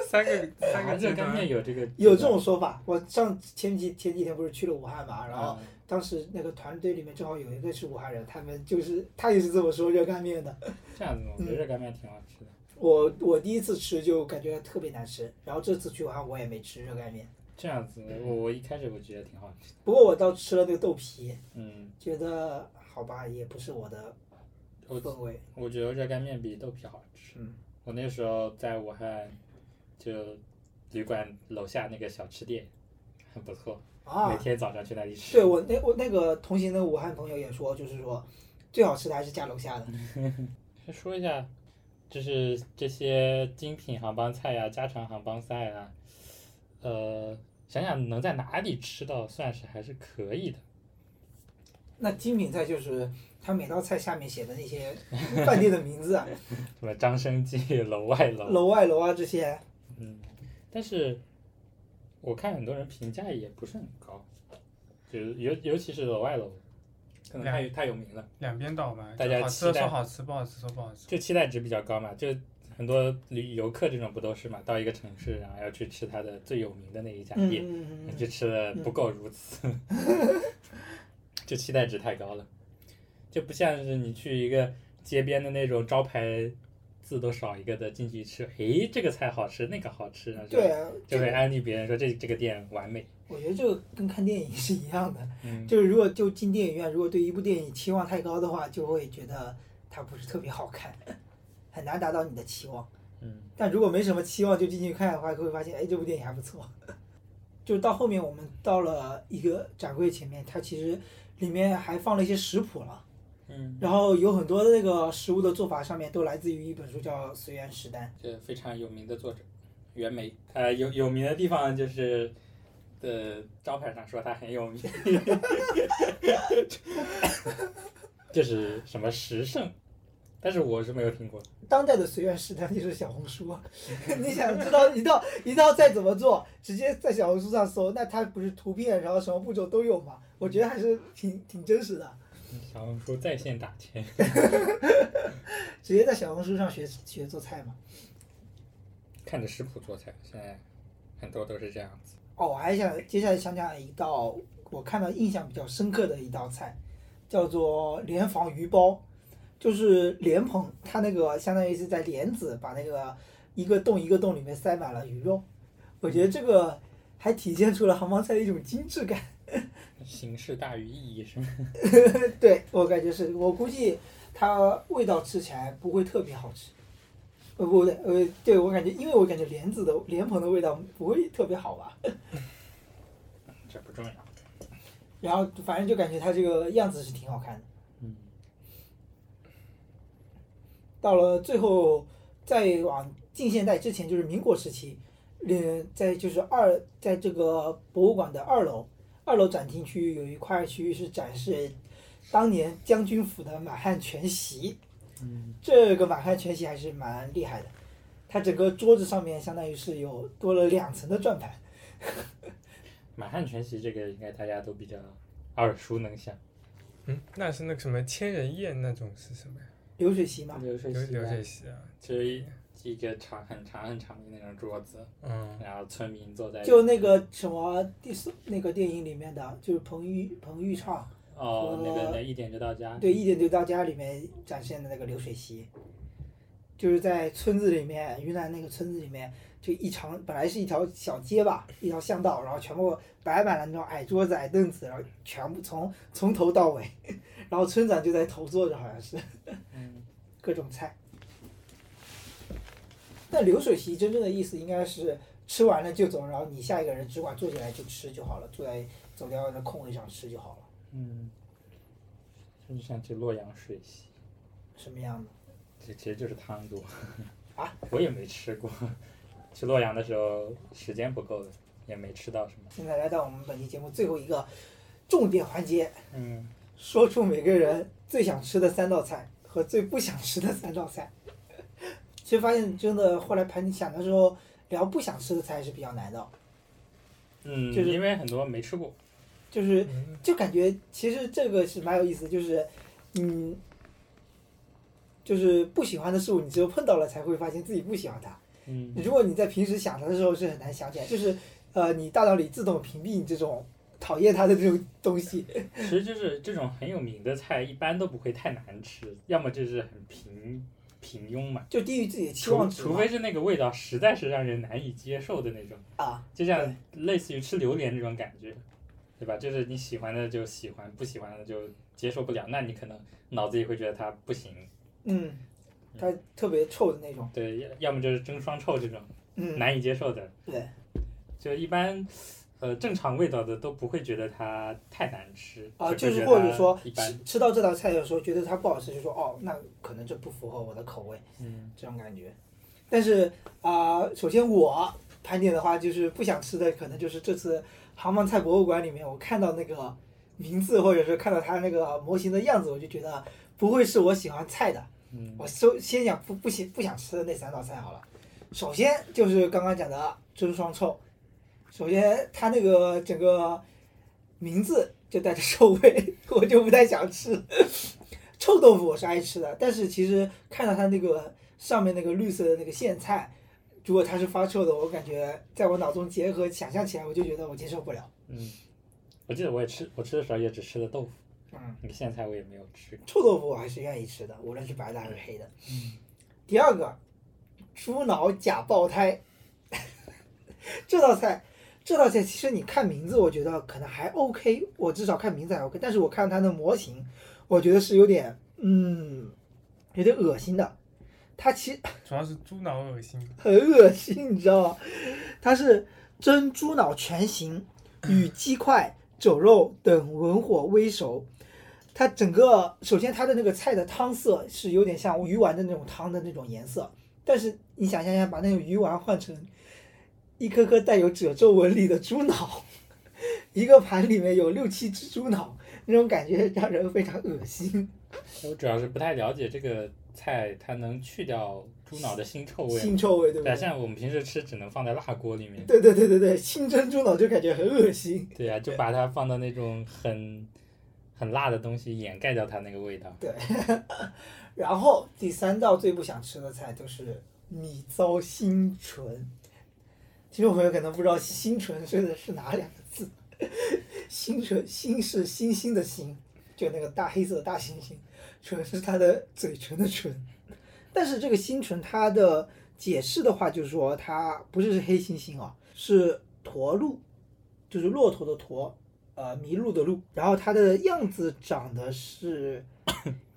[SPEAKER 1] 三 个三
[SPEAKER 4] 啊
[SPEAKER 1] 个
[SPEAKER 4] 热
[SPEAKER 1] 阶
[SPEAKER 4] 干
[SPEAKER 1] 段
[SPEAKER 4] 面。有这个
[SPEAKER 2] 有这种说法。我上前几前几天不是去了武汉嘛，然后
[SPEAKER 4] 啊
[SPEAKER 2] 当时那个团队里面正好有一个是武汉人，他们就是他也是这么说热干面的。
[SPEAKER 4] 这样子吗？我
[SPEAKER 2] 嗯
[SPEAKER 4] 觉得热干面挺好吃的。
[SPEAKER 2] 我我第一次吃就感觉特别难吃，然后这次去武汉我也没吃热干面，
[SPEAKER 4] 这样子，我我一开始我觉得挺好吃的。
[SPEAKER 2] 不过我倒吃了那个豆皮，
[SPEAKER 4] 嗯，
[SPEAKER 2] 觉得好吧，也不是我的
[SPEAKER 4] 我
[SPEAKER 2] 氛围。
[SPEAKER 4] 我觉得热干面比豆皮好吃。
[SPEAKER 2] 嗯，
[SPEAKER 4] 我那时候在武汉，就旅馆楼下那个小吃店，很不错，每
[SPEAKER 2] 啊，
[SPEAKER 4] 天早上去那里吃。
[SPEAKER 2] 对我那我那个同行的武汉朋友也说，就是说最好吃的还是家楼下
[SPEAKER 4] 嗯
[SPEAKER 2] 的。
[SPEAKER 4] 先说一下，就是这些精品杭帮菜呀、家常杭帮菜啊，呃，想想能在哪里吃到，算是还是可以的。
[SPEAKER 2] 那精品菜就是他每道菜下面写的那 些饭店的名字啊，
[SPEAKER 4] 什么张生记、楼外楼，
[SPEAKER 2] 楼外楼啊这些。
[SPEAKER 4] 嗯，但是我看很多人评价也不是很高，就是尤尤其是楼外楼，可能太有太有名了，
[SPEAKER 1] 两边倒嘛，
[SPEAKER 4] 大家
[SPEAKER 1] 就好吃的
[SPEAKER 4] 期待
[SPEAKER 1] 说好吃，不好吃说不好吃。
[SPEAKER 4] 就期待值比较高嘛，就很多旅游客这种不都是嘛，到一个城市然后要去吃它的最有名的那一家
[SPEAKER 2] 嗯
[SPEAKER 4] 店，
[SPEAKER 2] 嗯嗯
[SPEAKER 4] 就
[SPEAKER 2] 嗯，
[SPEAKER 4] 吃的不够如此， 就期待值太高了，就不像是你去一个街边的那种招牌字都少一个的进去吃，诶，这个菜好吃，那个好吃，然后就
[SPEAKER 2] 对啊，
[SPEAKER 4] 就
[SPEAKER 2] 这
[SPEAKER 4] 会
[SPEAKER 2] 个
[SPEAKER 4] 安利别人说这这个店完美。
[SPEAKER 2] 我觉得这个跟看电影是一样的，
[SPEAKER 4] 嗯，
[SPEAKER 2] 就是如果就进电影院，如果对一部电影期望太高的话，就会觉得它不是特别好看，很难达到你的期望。
[SPEAKER 4] 嗯，
[SPEAKER 2] 但如果没什么期望就进去看的话，就会发现，哎，这部电影还不错。 就是到后面我们到了一个展柜前面，它其实里面还放了一些食谱了，
[SPEAKER 4] 嗯，
[SPEAKER 2] 然后有很多的那个食物的做法上面都来自于一本书叫《随园食单
[SPEAKER 4] 这非常有名的作者袁枚，呃，有有名的地方就是的招牌上说他很有名， 就是什么时盛，但是我是没有听过。》。
[SPEAKER 2] 当代的随园食单就是小红书， 你想知道一 道一道菜怎么做，直接在小红书上搜，那它不是图片，然后什么步骤都有嘛？我觉得还是挺挺真实的，
[SPEAKER 4] 小红书在线打钱，
[SPEAKER 2] 直接在小红书上学学做菜嘛。
[SPEAKER 4] 看着食谱做菜，现在很多都是这样子。
[SPEAKER 2] 哦，我还想接下来想讲一道我看到印象比较深刻的一道菜，叫做莲房鱼包，就是莲蓬，它那个相当于是在莲子把那个一个洞一个洞里面塞满了鱼肉，我觉得这个还体现出了杭帮菜的一种精致感。
[SPEAKER 4] 形式大于意义是吗？
[SPEAKER 2] 对我感觉是我估计它味道吃起来不会特别好吃，呃不对呃对我感觉，因为我感觉莲子的莲蓬的味道不会特别好吧。
[SPEAKER 4] 这不重要。
[SPEAKER 2] 然后反正就感觉它这个样子是挺好看的。
[SPEAKER 4] 嗯，
[SPEAKER 2] 到了最后，再往近现代之前就是民国时期，嗯，在就是二在这个博物馆的二楼，二楼展厅区域有一块区域是展示当年将军府的满汉全席。
[SPEAKER 4] 嗯，
[SPEAKER 2] 这个满汉全席还是蛮厉害的，它整个桌子上面相当于是有多了两层的转盘。
[SPEAKER 4] 满汉全席这个应该大家都比较耳熟能详，
[SPEAKER 1] 嗯，那是那个什么千人宴那种是什么呀？
[SPEAKER 2] 流水席嘛，
[SPEAKER 4] 流水
[SPEAKER 1] 流流水
[SPEAKER 4] 席
[SPEAKER 1] 席啊，
[SPEAKER 4] 就是一个长很长很长的那种桌子，
[SPEAKER 1] 嗯，
[SPEAKER 4] 然后村民坐在
[SPEAKER 2] 就那个什么第四那个电影里面的，就是彭昱彭昱畅
[SPEAKER 4] 哦
[SPEAKER 2] 和
[SPEAKER 4] 那个那一点就到家，
[SPEAKER 2] 对，一点就到家里面展现的那个流水席，就是在村子里面，云南那个村子里面，就一长本来是一条小街吧，一条巷道，然后全部摆满了那种矮桌子、矮凳子，然后全部从从头到尾， 然后村长就在头坐着，好像是
[SPEAKER 4] 嗯，
[SPEAKER 2] 各种菜。但流水席真正的意思应该是吃完了就走，然后你下一个人只管坐下来就吃就好了，坐在走掉的空位上吃就好了，
[SPEAKER 4] 嗯，这就想起洛阳水席，
[SPEAKER 2] 什么样的？
[SPEAKER 4] 这其实就是汤锅
[SPEAKER 2] 啊，
[SPEAKER 4] 我也没吃过。去洛阳的时候时间不够，也没吃到什么。
[SPEAKER 2] 现在来到我们本期节目最后一个重点环节，
[SPEAKER 4] 嗯，
[SPEAKER 2] 说出每个人最想吃的三道菜和最不想吃的三道菜。其实发现真的，后来盘想的时候，聊不想吃的菜是比较难的，
[SPEAKER 4] 嗯，
[SPEAKER 2] 就是
[SPEAKER 4] 因为很多没吃过。
[SPEAKER 2] 就是
[SPEAKER 1] 嗯
[SPEAKER 2] 就感觉其实这个是蛮有意思，就是嗯，就是不喜欢的事物，你只有碰到了才会发现自己不喜欢它。
[SPEAKER 4] 嗯
[SPEAKER 2] 如果你在平时想它的时候是很难想起来，就是呃，你大脑里自动屏蔽你这种讨厌它的这种东西。
[SPEAKER 4] 其实就是这种很有名的菜，一般都不会太难吃，要么就是很平平庸嘛，
[SPEAKER 2] 就低于自己的期
[SPEAKER 4] 除
[SPEAKER 2] 望值嘛。
[SPEAKER 4] 除非是那个味道实在是让人难以接受的那种，
[SPEAKER 2] 啊，
[SPEAKER 4] 就像类似于吃榴莲这种感觉，对吧？就是你喜欢的就喜欢，不喜欢的就接受不了，那你可能脑子里会觉得它不行。
[SPEAKER 2] 嗯，它特别臭的那种，
[SPEAKER 4] 对，要要么就是蒸双臭这种
[SPEAKER 2] 嗯，
[SPEAKER 4] 难以接受的，
[SPEAKER 2] 对，
[SPEAKER 4] 就一般。呃，正常味道的都不会觉得它太难吃
[SPEAKER 2] 啊，就
[SPEAKER 4] 只会觉
[SPEAKER 2] 是
[SPEAKER 4] 得
[SPEAKER 2] 或者
[SPEAKER 4] 它
[SPEAKER 2] 说
[SPEAKER 4] 一般
[SPEAKER 2] 吃，吃到这道菜的时候，觉得它不好吃，就说哦，那可能这不符合我的口味，
[SPEAKER 4] 嗯，
[SPEAKER 2] 这种感觉。但是啊、首先我盘点的话，就是不想吃的，可能就是这次杭帮菜博物馆里面，我看到那个名字，或者是看到它那个模型的样子，我就觉得不会是我喜欢菜的。
[SPEAKER 4] 嗯
[SPEAKER 2] 我首先讲不不想不想吃的那三道菜好了，首先就是刚刚讲的蒸双臭，首先它那个整个名字就带着臭味， 我就不太想吃。臭豆腐我是爱吃的，但是其实看到它那个上面那个绿色的那个苋菜，如果它是发臭的，我感觉在我脑中结合想象起来，我就觉得我接受不了。
[SPEAKER 4] 嗯，我记得我也吃，我吃的时候也只吃了豆腐，
[SPEAKER 2] 嗯，
[SPEAKER 4] 那个苋菜我也没有吃过。
[SPEAKER 2] 臭豆腐我还是愿意吃的，无论是白的还是黑的。第二个，猪脑假爆胎， 这道菜，这道菜其实你看名字，我觉得可能还 OK，我至少看名字还 OK，但是我看它的模型，我觉得是有点，嗯，有点恶心的。它其实
[SPEAKER 1] 主要是猪脑恶心，
[SPEAKER 2] 很恶心，你知道吗？它是蒸猪脑全形，
[SPEAKER 4] 嗯
[SPEAKER 2] 与鸡块、肘肉等文火煨熟。它整个首先它的那个菜的汤色是有点像鱼丸的那种汤的那种颜色，但是你想象一下，把那种鱼丸换成一颗颗带有褶皱纹理的猪脑，一个盘里面有六七只猪脑，那种感觉让人非常恶心。
[SPEAKER 4] 我主要是不太了解这个菜，它能去掉猪脑的腥臭味
[SPEAKER 2] 腥
[SPEAKER 4] 吗。
[SPEAKER 2] 臭味，对不
[SPEAKER 4] 对啊，
[SPEAKER 2] 对？
[SPEAKER 4] 像我们平时吃只能放在辣锅里面。
[SPEAKER 2] 对对对对对，清蒸猪脑就感觉很恶心。
[SPEAKER 4] 对呀、就把它放到那种很很辣的东西掩盖掉它那个味道。
[SPEAKER 2] 然后第三道最不想吃的菜就是米糟新醇。听众朋友可能不知道“新醇”说的是哪两个字，“ 新醇”“新”是星星的“星”，就那个大黑色的大猩猩，“醇”是它的嘴唇的“唇”。但是这个“新醇”它的解释的话，就是说它不是黑猩猩啊，是驼鹿，就是骆驼的驼，呃，麋鹿的鹿。然后它的样子长得是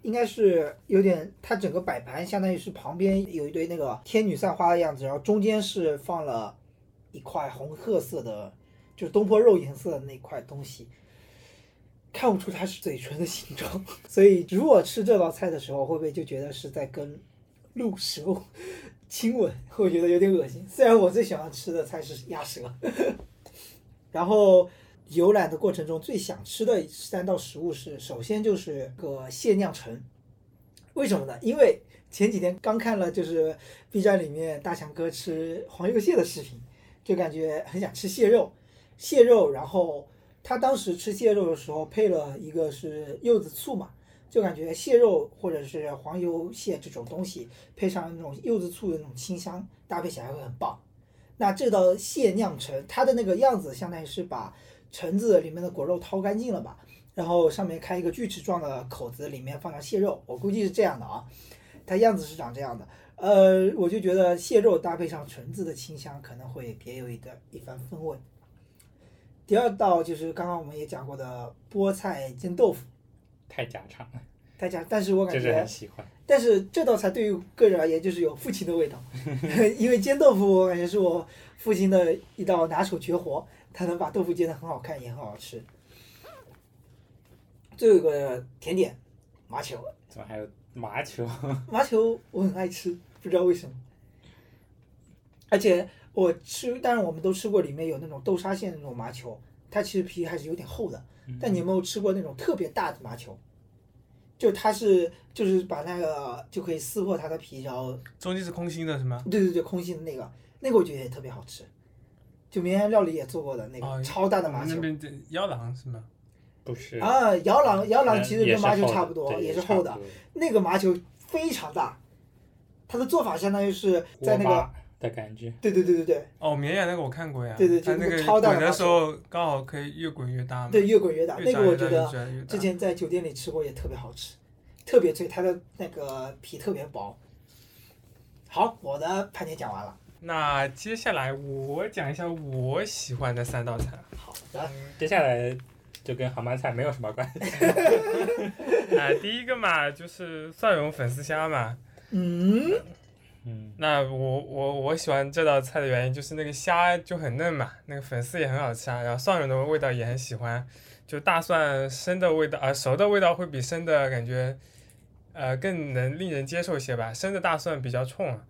[SPEAKER 2] 应该是有点，它整个摆盘相当于是旁边有一堆那个天女散花的样子，然后中间是放了一块红褐色的，就是东坡肉颜色的那块东西，看不出它是嘴唇的形状。 所以如果吃这道菜的时候，会不会就觉得是在跟鹿蛇亲吻？ 会觉得有点恶心。虽然我最喜欢吃的菜是鸭舌， 然后游览的过程中最想吃的三道食物是，首先就是个蟹酿橙，为什么呢？因为前几天刚看了就是 B 站里面大强哥吃黄油蟹的视频，就感觉很想吃蟹肉，蟹肉，然后他当时吃蟹肉的时候配了一个是柚子醋嘛。就感觉蟹肉或者是黄油蟹这种东西，配上那种柚子醋的那种清香，搭配起来会很棒。那这道蟹酿橙，它的那个样子相当于是把橙子里面的果肉掏干净了吧，然后上面开一个锯齿状的口子，里面放上蟹肉，我估计是这样的啊。它样子是长这样的，呃，我就觉得蟹肉搭配上橙子的清香，可能会别有一的一番风味。第二道就是刚刚我们也讲过的菠菜煎豆腐，
[SPEAKER 4] 太家常了，
[SPEAKER 2] 大家，但是我感
[SPEAKER 4] 就是
[SPEAKER 2] 觉
[SPEAKER 4] 很喜欢。
[SPEAKER 2] 但是这道菜对于个人而言就是有父亲的味道，因为煎豆腐我感觉是我父亲的一道拿手绝活，他能把豆腐煎得很好看，也很好吃。最后一个甜点麻球，
[SPEAKER 4] 怎么还有麻球？
[SPEAKER 2] 麻球我很爱吃，不知道为什么。而且我吃，当然我们都吃过，里面有那种豆沙馅的那种麻球，它其实皮还是有点厚的。
[SPEAKER 4] 嗯
[SPEAKER 2] 但你有没有吃过那种特别大的麻球？就它是就是把那个就可以撕破它的皮，然后
[SPEAKER 1] 中间是空心的是吗？
[SPEAKER 2] 对对对，空心的那个，那个我觉得也特别好吃。就绵阳料理也做过的那
[SPEAKER 1] 哦
[SPEAKER 2] 个超大的麻
[SPEAKER 1] 我们
[SPEAKER 2] 球
[SPEAKER 1] 那边的腰囊是吗？
[SPEAKER 4] 不啊是，嗯
[SPEAKER 2] 啊，摇郎摇郎其实
[SPEAKER 4] 也
[SPEAKER 2] 跟
[SPEAKER 4] 是
[SPEAKER 2] 麻球
[SPEAKER 4] 厚的
[SPEAKER 2] 差不多，
[SPEAKER 4] 对
[SPEAKER 2] 也
[SPEAKER 4] 也
[SPEAKER 2] 是
[SPEAKER 4] 差
[SPEAKER 2] 厚
[SPEAKER 4] 不
[SPEAKER 2] 的
[SPEAKER 4] 多。
[SPEAKER 2] 那个麻球非常大，它的做法相当于是在那
[SPEAKER 4] 锅
[SPEAKER 2] 个
[SPEAKER 4] 巴的感觉，
[SPEAKER 2] 对对对对对
[SPEAKER 1] 哦，绵阳那个我看过呀，
[SPEAKER 2] 对对
[SPEAKER 1] 它
[SPEAKER 2] 就那
[SPEAKER 1] 那
[SPEAKER 2] 个
[SPEAKER 1] 个
[SPEAKER 2] 超大的
[SPEAKER 1] 滚
[SPEAKER 2] 麻
[SPEAKER 1] 的
[SPEAKER 2] 球
[SPEAKER 1] 时候刚好可以越滚越大嘛，
[SPEAKER 2] 对，越滚越大。
[SPEAKER 1] 越
[SPEAKER 2] 那
[SPEAKER 1] 炸
[SPEAKER 2] 个我
[SPEAKER 1] 越
[SPEAKER 2] 觉
[SPEAKER 1] 大，
[SPEAKER 2] 得
[SPEAKER 1] 越炸越大
[SPEAKER 2] 之。前在酒店里吃过，也特别好吃，特别脆，它的那个皮特别薄。好，我的盘点讲完了。
[SPEAKER 1] 那接下来我讲一下我喜欢的三道菜。啊
[SPEAKER 2] 好的，
[SPEAKER 4] 接下来就跟杭帮菜没有什么关系。
[SPEAKER 1] 啊、第一个嘛就是蒜蓉粉丝虾嘛。
[SPEAKER 2] 嗯，
[SPEAKER 4] 嗯，
[SPEAKER 1] 那我我我喜欢这道菜的原因就是那个虾就很嫩嘛，那个粉丝也很好吃啊，然后蒜蓉的味道也很喜欢，就大蒜生的味道啊、熟的味道会比生的感觉，呃更能令人接受一些吧。生的大蒜比较冲、啊，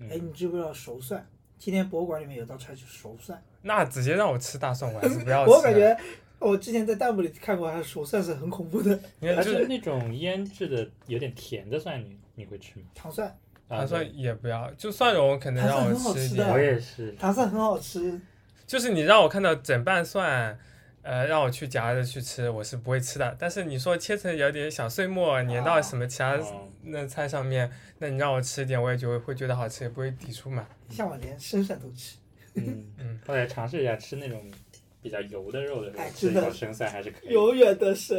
[SPEAKER 4] 嗯
[SPEAKER 2] 哎，你知不知道熟蒜？今天博物馆里面有道菜是熟蒜，
[SPEAKER 1] 那直接让我吃大蒜我还是不要吃了。啊
[SPEAKER 2] 我感觉哦我之前在弹幕里看过，它熟蒜是很恐怖的
[SPEAKER 1] 你看
[SPEAKER 4] 但
[SPEAKER 1] 就是
[SPEAKER 4] 呃那种腌制的有点甜的蒜泥，你会吃吗？啊
[SPEAKER 2] 糖蒜，
[SPEAKER 1] 糖
[SPEAKER 4] 对
[SPEAKER 1] 蒜也不要，就蒜蓉可能
[SPEAKER 2] 糖
[SPEAKER 1] 让我
[SPEAKER 2] 蒜很好
[SPEAKER 1] 吃一
[SPEAKER 2] 吃
[SPEAKER 1] 点
[SPEAKER 2] 的。
[SPEAKER 4] 我也是，
[SPEAKER 2] 糖蒜很好吃。
[SPEAKER 1] 就是你让我看到整瓣蒜，呃，让我去夹着去吃，我是不会吃的。但是你说切成有点小碎末，粘到什么其他
[SPEAKER 4] 哦
[SPEAKER 1] 那菜上面，那你让我吃一点，我也就会会觉得好吃，也不会抵触嘛。
[SPEAKER 2] 像我连生蒜都吃，
[SPEAKER 4] 嗯
[SPEAKER 1] 嗯，
[SPEAKER 4] 后来尝试一下吃那种比较油的肉的时候
[SPEAKER 2] 哎，
[SPEAKER 4] 吃一
[SPEAKER 2] 真的
[SPEAKER 4] 口生蒜还是
[SPEAKER 1] 哎
[SPEAKER 4] 可以，
[SPEAKER 2] 永远的神。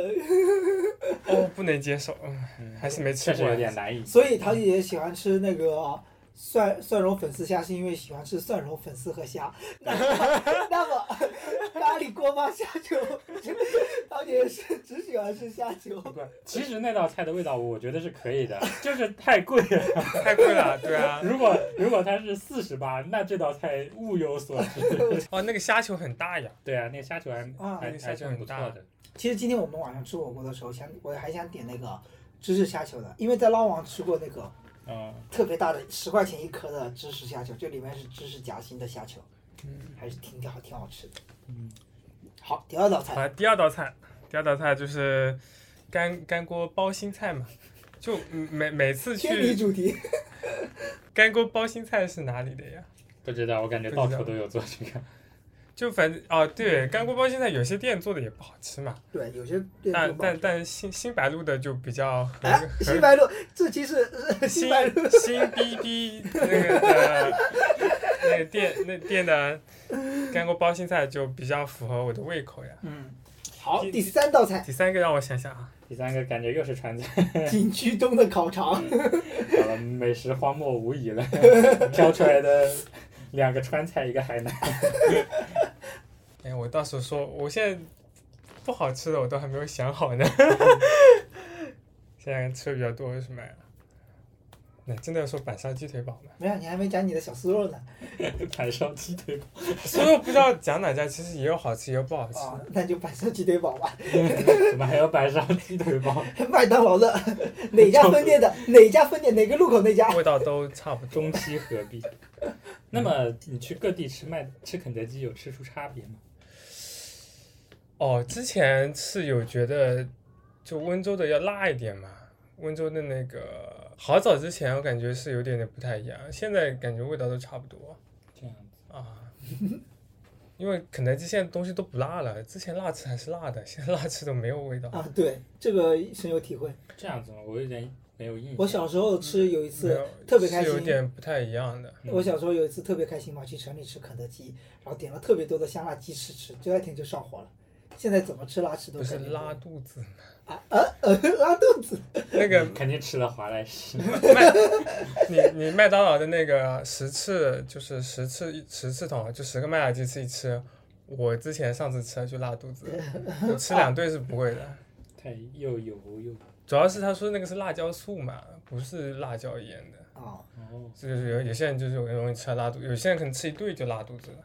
[SPEAKER 1] 哦，不能接受，嗯
[SPEAKER 4] 嗯
[SPEAKER 1] 还是没吃
[SPEAKER 4] 确实
[SPEAKER 1] 过。
[SPEAKER 4] 有点难以。
[SPEAKER 2] 所以桃姐姐喜欢吃那个蒜蒜蓉粉丝虾，是因为喜欢吃蒜蓉粉丝和虾。那 么那么 咖喱锅巴虾球，桃姐姐是只喜欢吃虾球。
[SPEAKER 4] 不，其实那道菜的味道我觉得是可以的，就是太贵了。
[SPEAKER 1] 太贵了，对啊。
[SPEAKER 4] 如果如果它是四十八，那这道菜物有所值。
[SPEAKER 1] 哦，那个虾球很大呀，
[SPEAKER 4] 对啊，那个虾球还
[SPEAKER 2] 啊
[SPEAKER 4] 还
[SPEAKER 1] 那个虾球
[SPEAKER 4] 还
[SPEAKER 1] 很
[SPEAKER 4] 不错
[SPEAKER 1] 大
[SPEAKER 4] 的。
[SPEAKER 2] 其实今天我们晚上吃火锅的时候，想我还想点那个芝士虾球的，因为在捞王吃过那个
[SPEAKER 4] 嗯，
[SPEAKER 2] 特别大的十块钱一颗的芝士虾球，这里面是芝士夹心的虾球，
[SPEAKER 1] 嗯
[SPEAKER 2] 还是挺挺好挺好吃的。
[SPEAKER 4] 嗯，
[SPEAKER 2] 好，第二道
[SPEAKER 1] 好
[SPEAKER 2] 菜，
[SPEAKER 1] 了，第二道菜，第二道菜就是干干锅包心菜嘛。就嗯每每次
[SPEAKER 2] 天敌
[SPEAKER 1] 去
[SPEAKER 2] 主题。
[SPEAKER 1] 干锅包心菜是哪里的呀？
[SPEAKER 4] 不知道，我感觉
[SPEAKER 1] 不
[SPEAKER 4] 到
[SPEAKER 1] 知
[SPEAKER 4] 处
[SPEAKER 1] 道
[SPEAKER 4] 都有做这个。
[SPEAKER 1] 就反正哦，对，干锅包心菜有些店做的也不好吃嘛。
[SPEAKER 2] 对，有些店做
[SPEAKER 1] 但
[SPEAKER 2] 不好
[SPEAKER 1] 但
[SPEAKER 2] 吃
[SPEAKER 1] 但新新白鹿的就比 较合
[SPEAKER 2] 啊，新白鹿，这期是
[SPEAKER 1] 合
[SPEAKER 2] 是新白鹿，
[SPEAKER 1] 新 B B 那个的那个店那店的干锅包心菜就比较符合我的胃口呀。
[SPEAKER 2] 嗯，好，
[SPEAKER 1] 第
[SPEAKER 2] 第三道 菜，
[SPEAKER 1] 第三个让我想想啊，
[SPEAKER 4] 第三个感觉又是川菜，
[SPEAKER 2] 景区中的烤肠，
[SPEAKER 4] 好了，美食荒漠无 疑了，挑出来的两个川菜，一个海南。
[SPEAKER 1] 哎，我到时候说，我现在不好吃的我都还没有想好呢。 现在吃的比较多是什么呀？那真的要说板烧鸡腿堡吗？
[SPEAKER 2] 没有，你还没讲你的小酥肉呢，
[SPEAKER 4] 板烧鸡 腿堡，
[SPEAKER 1] 所以我不知道讲哪家，其实也有好吃也有不好吃
[SPEAKER 2] 啊
[SPEAKER 1] 的。，
[SPEAKER 2] 那就板烧鸡腿堡吧，
[SPEAKER 4] 怎么还有板烧鸡腿堡？
[SPEAKER 2] 麦当劳的 哪家分店的哪家分店哪个路口那家，
[SPEAKER 1] 味道都差不多。
[SPEAKER 4] 中西合璧。那么你去各地吃麦吃肯德基有吃出差别吗？
[SPEAKER 1] 哦，之前是有觉得，就温州的要辣一点嘛，温州的那个好早之前我感觉是有点点不太一样，现在感觉味道都差不多
[SPEAKER 4] 这样子，
[SPEAKER 1] 啊。因为肯德基现在东西都不辣了，之前辣吃还是辣的，现在辣 吃都没有味道。
[SPEAKER 2] 啊，对，这个深有体会，
[SPEAKER 4] 这样子吗？我有点没有印象。
[SPEAKER 2] 我小时候吃有一
[SPEAKER 1] 没
[SPEAKER 2] 次
[SPEAKER 1] 有，
[SPEAKER 2] 特别开
[SPEAKER 1] 是有
[SPEAKER 2] 心。
[SPEAKER 1] 点不太一样的。
[SPEAKER 2] 我小时候有一次特别开心嘛，去城里吃肯德基，然后点了特别多的香辣鸡翅吃，就那天就上火了，现在怎么吃拉屎都
[SPEAKER 1] 不是
[SPEAKER 2] 肯定
[SPEAKER 1] 拉肚子，
[SPEAKER 2] 啊呃呃拉肚子，
[SPEAKER 1] 那 个
[SPEAKER 4] 肯定吃了华莱士。
[SPEAKER 1] 麦，你你麦当劳的那个十次就是十次十次桶，就十个麦芽鸡翅一吃，我之前上次吃了就拉肚子，我吃两顿是不会的。
[SPEAKER 4] 太又油又
[SPEAKER 1] 主要是他说那个是辣椒素嘛，不是辣椒盐的，
[SPEAKER 2] 啊、
[SPEAKER 4] 哦，
[SPEAKER 1] 这就是有有些人就是容易吃了拉肚，有些人可能吃一顿就拉肚子了。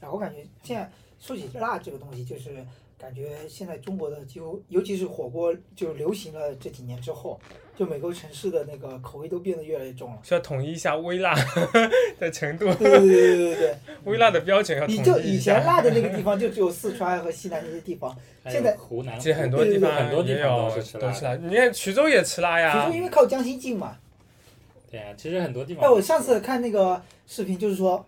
[SPEAKER 2] 啊，我感觉现在说起辣这个东西，就是感觉现在中国的几乎，尤其是火锅就流行了这几年之后，就每个城市的那个口味都变得越来越重了。
[SPEAKER 1] 需要统一一下微辣 的程度，
[SPEAKER 2] 对对对对对对，
[SPEAKER 1] 微辣的标准要统
[SPEAKER 2] 你就
[SPEAKER 1] 一一
[SPEAKER 2] 以前
[SPEAKER 1] 下。
[SPEAKER 2] 辣的那个地方，就只有四川和西南那些地方。
[SPEAKER 4] 还
[SPEAKER 2] 现在
[SPEAKER 4] 有湖南，
[SPEAKER 1] 其实很多地
[SPEAKER 2] 对对
[SPEAKER 1] 方
[SPEAKER 2] 对
[SPEAKER 4] 很多地
[SPEAKER 1] 也
[SPEAKER 4] 方
[SPEAKER 1] 有
[SPEAKER 4] 都是吃辣
[SPEAKER 1] 都
[SPEAKER 4] 的
[SPEAKER 1] 吃辣，你看衢州也吃辣
[SPEAKER 2] 其
[SPEAKER 1] 呀
[SPEAKER 2] 实，因为靠江西近嘛。
[SPEAKER 4] 对呀、其实很多
[SPEAKER 1] 嗯
[SPEAKER 4] 地方。
[SPEAKER 2] 哎，我上 次看那个视频，就是说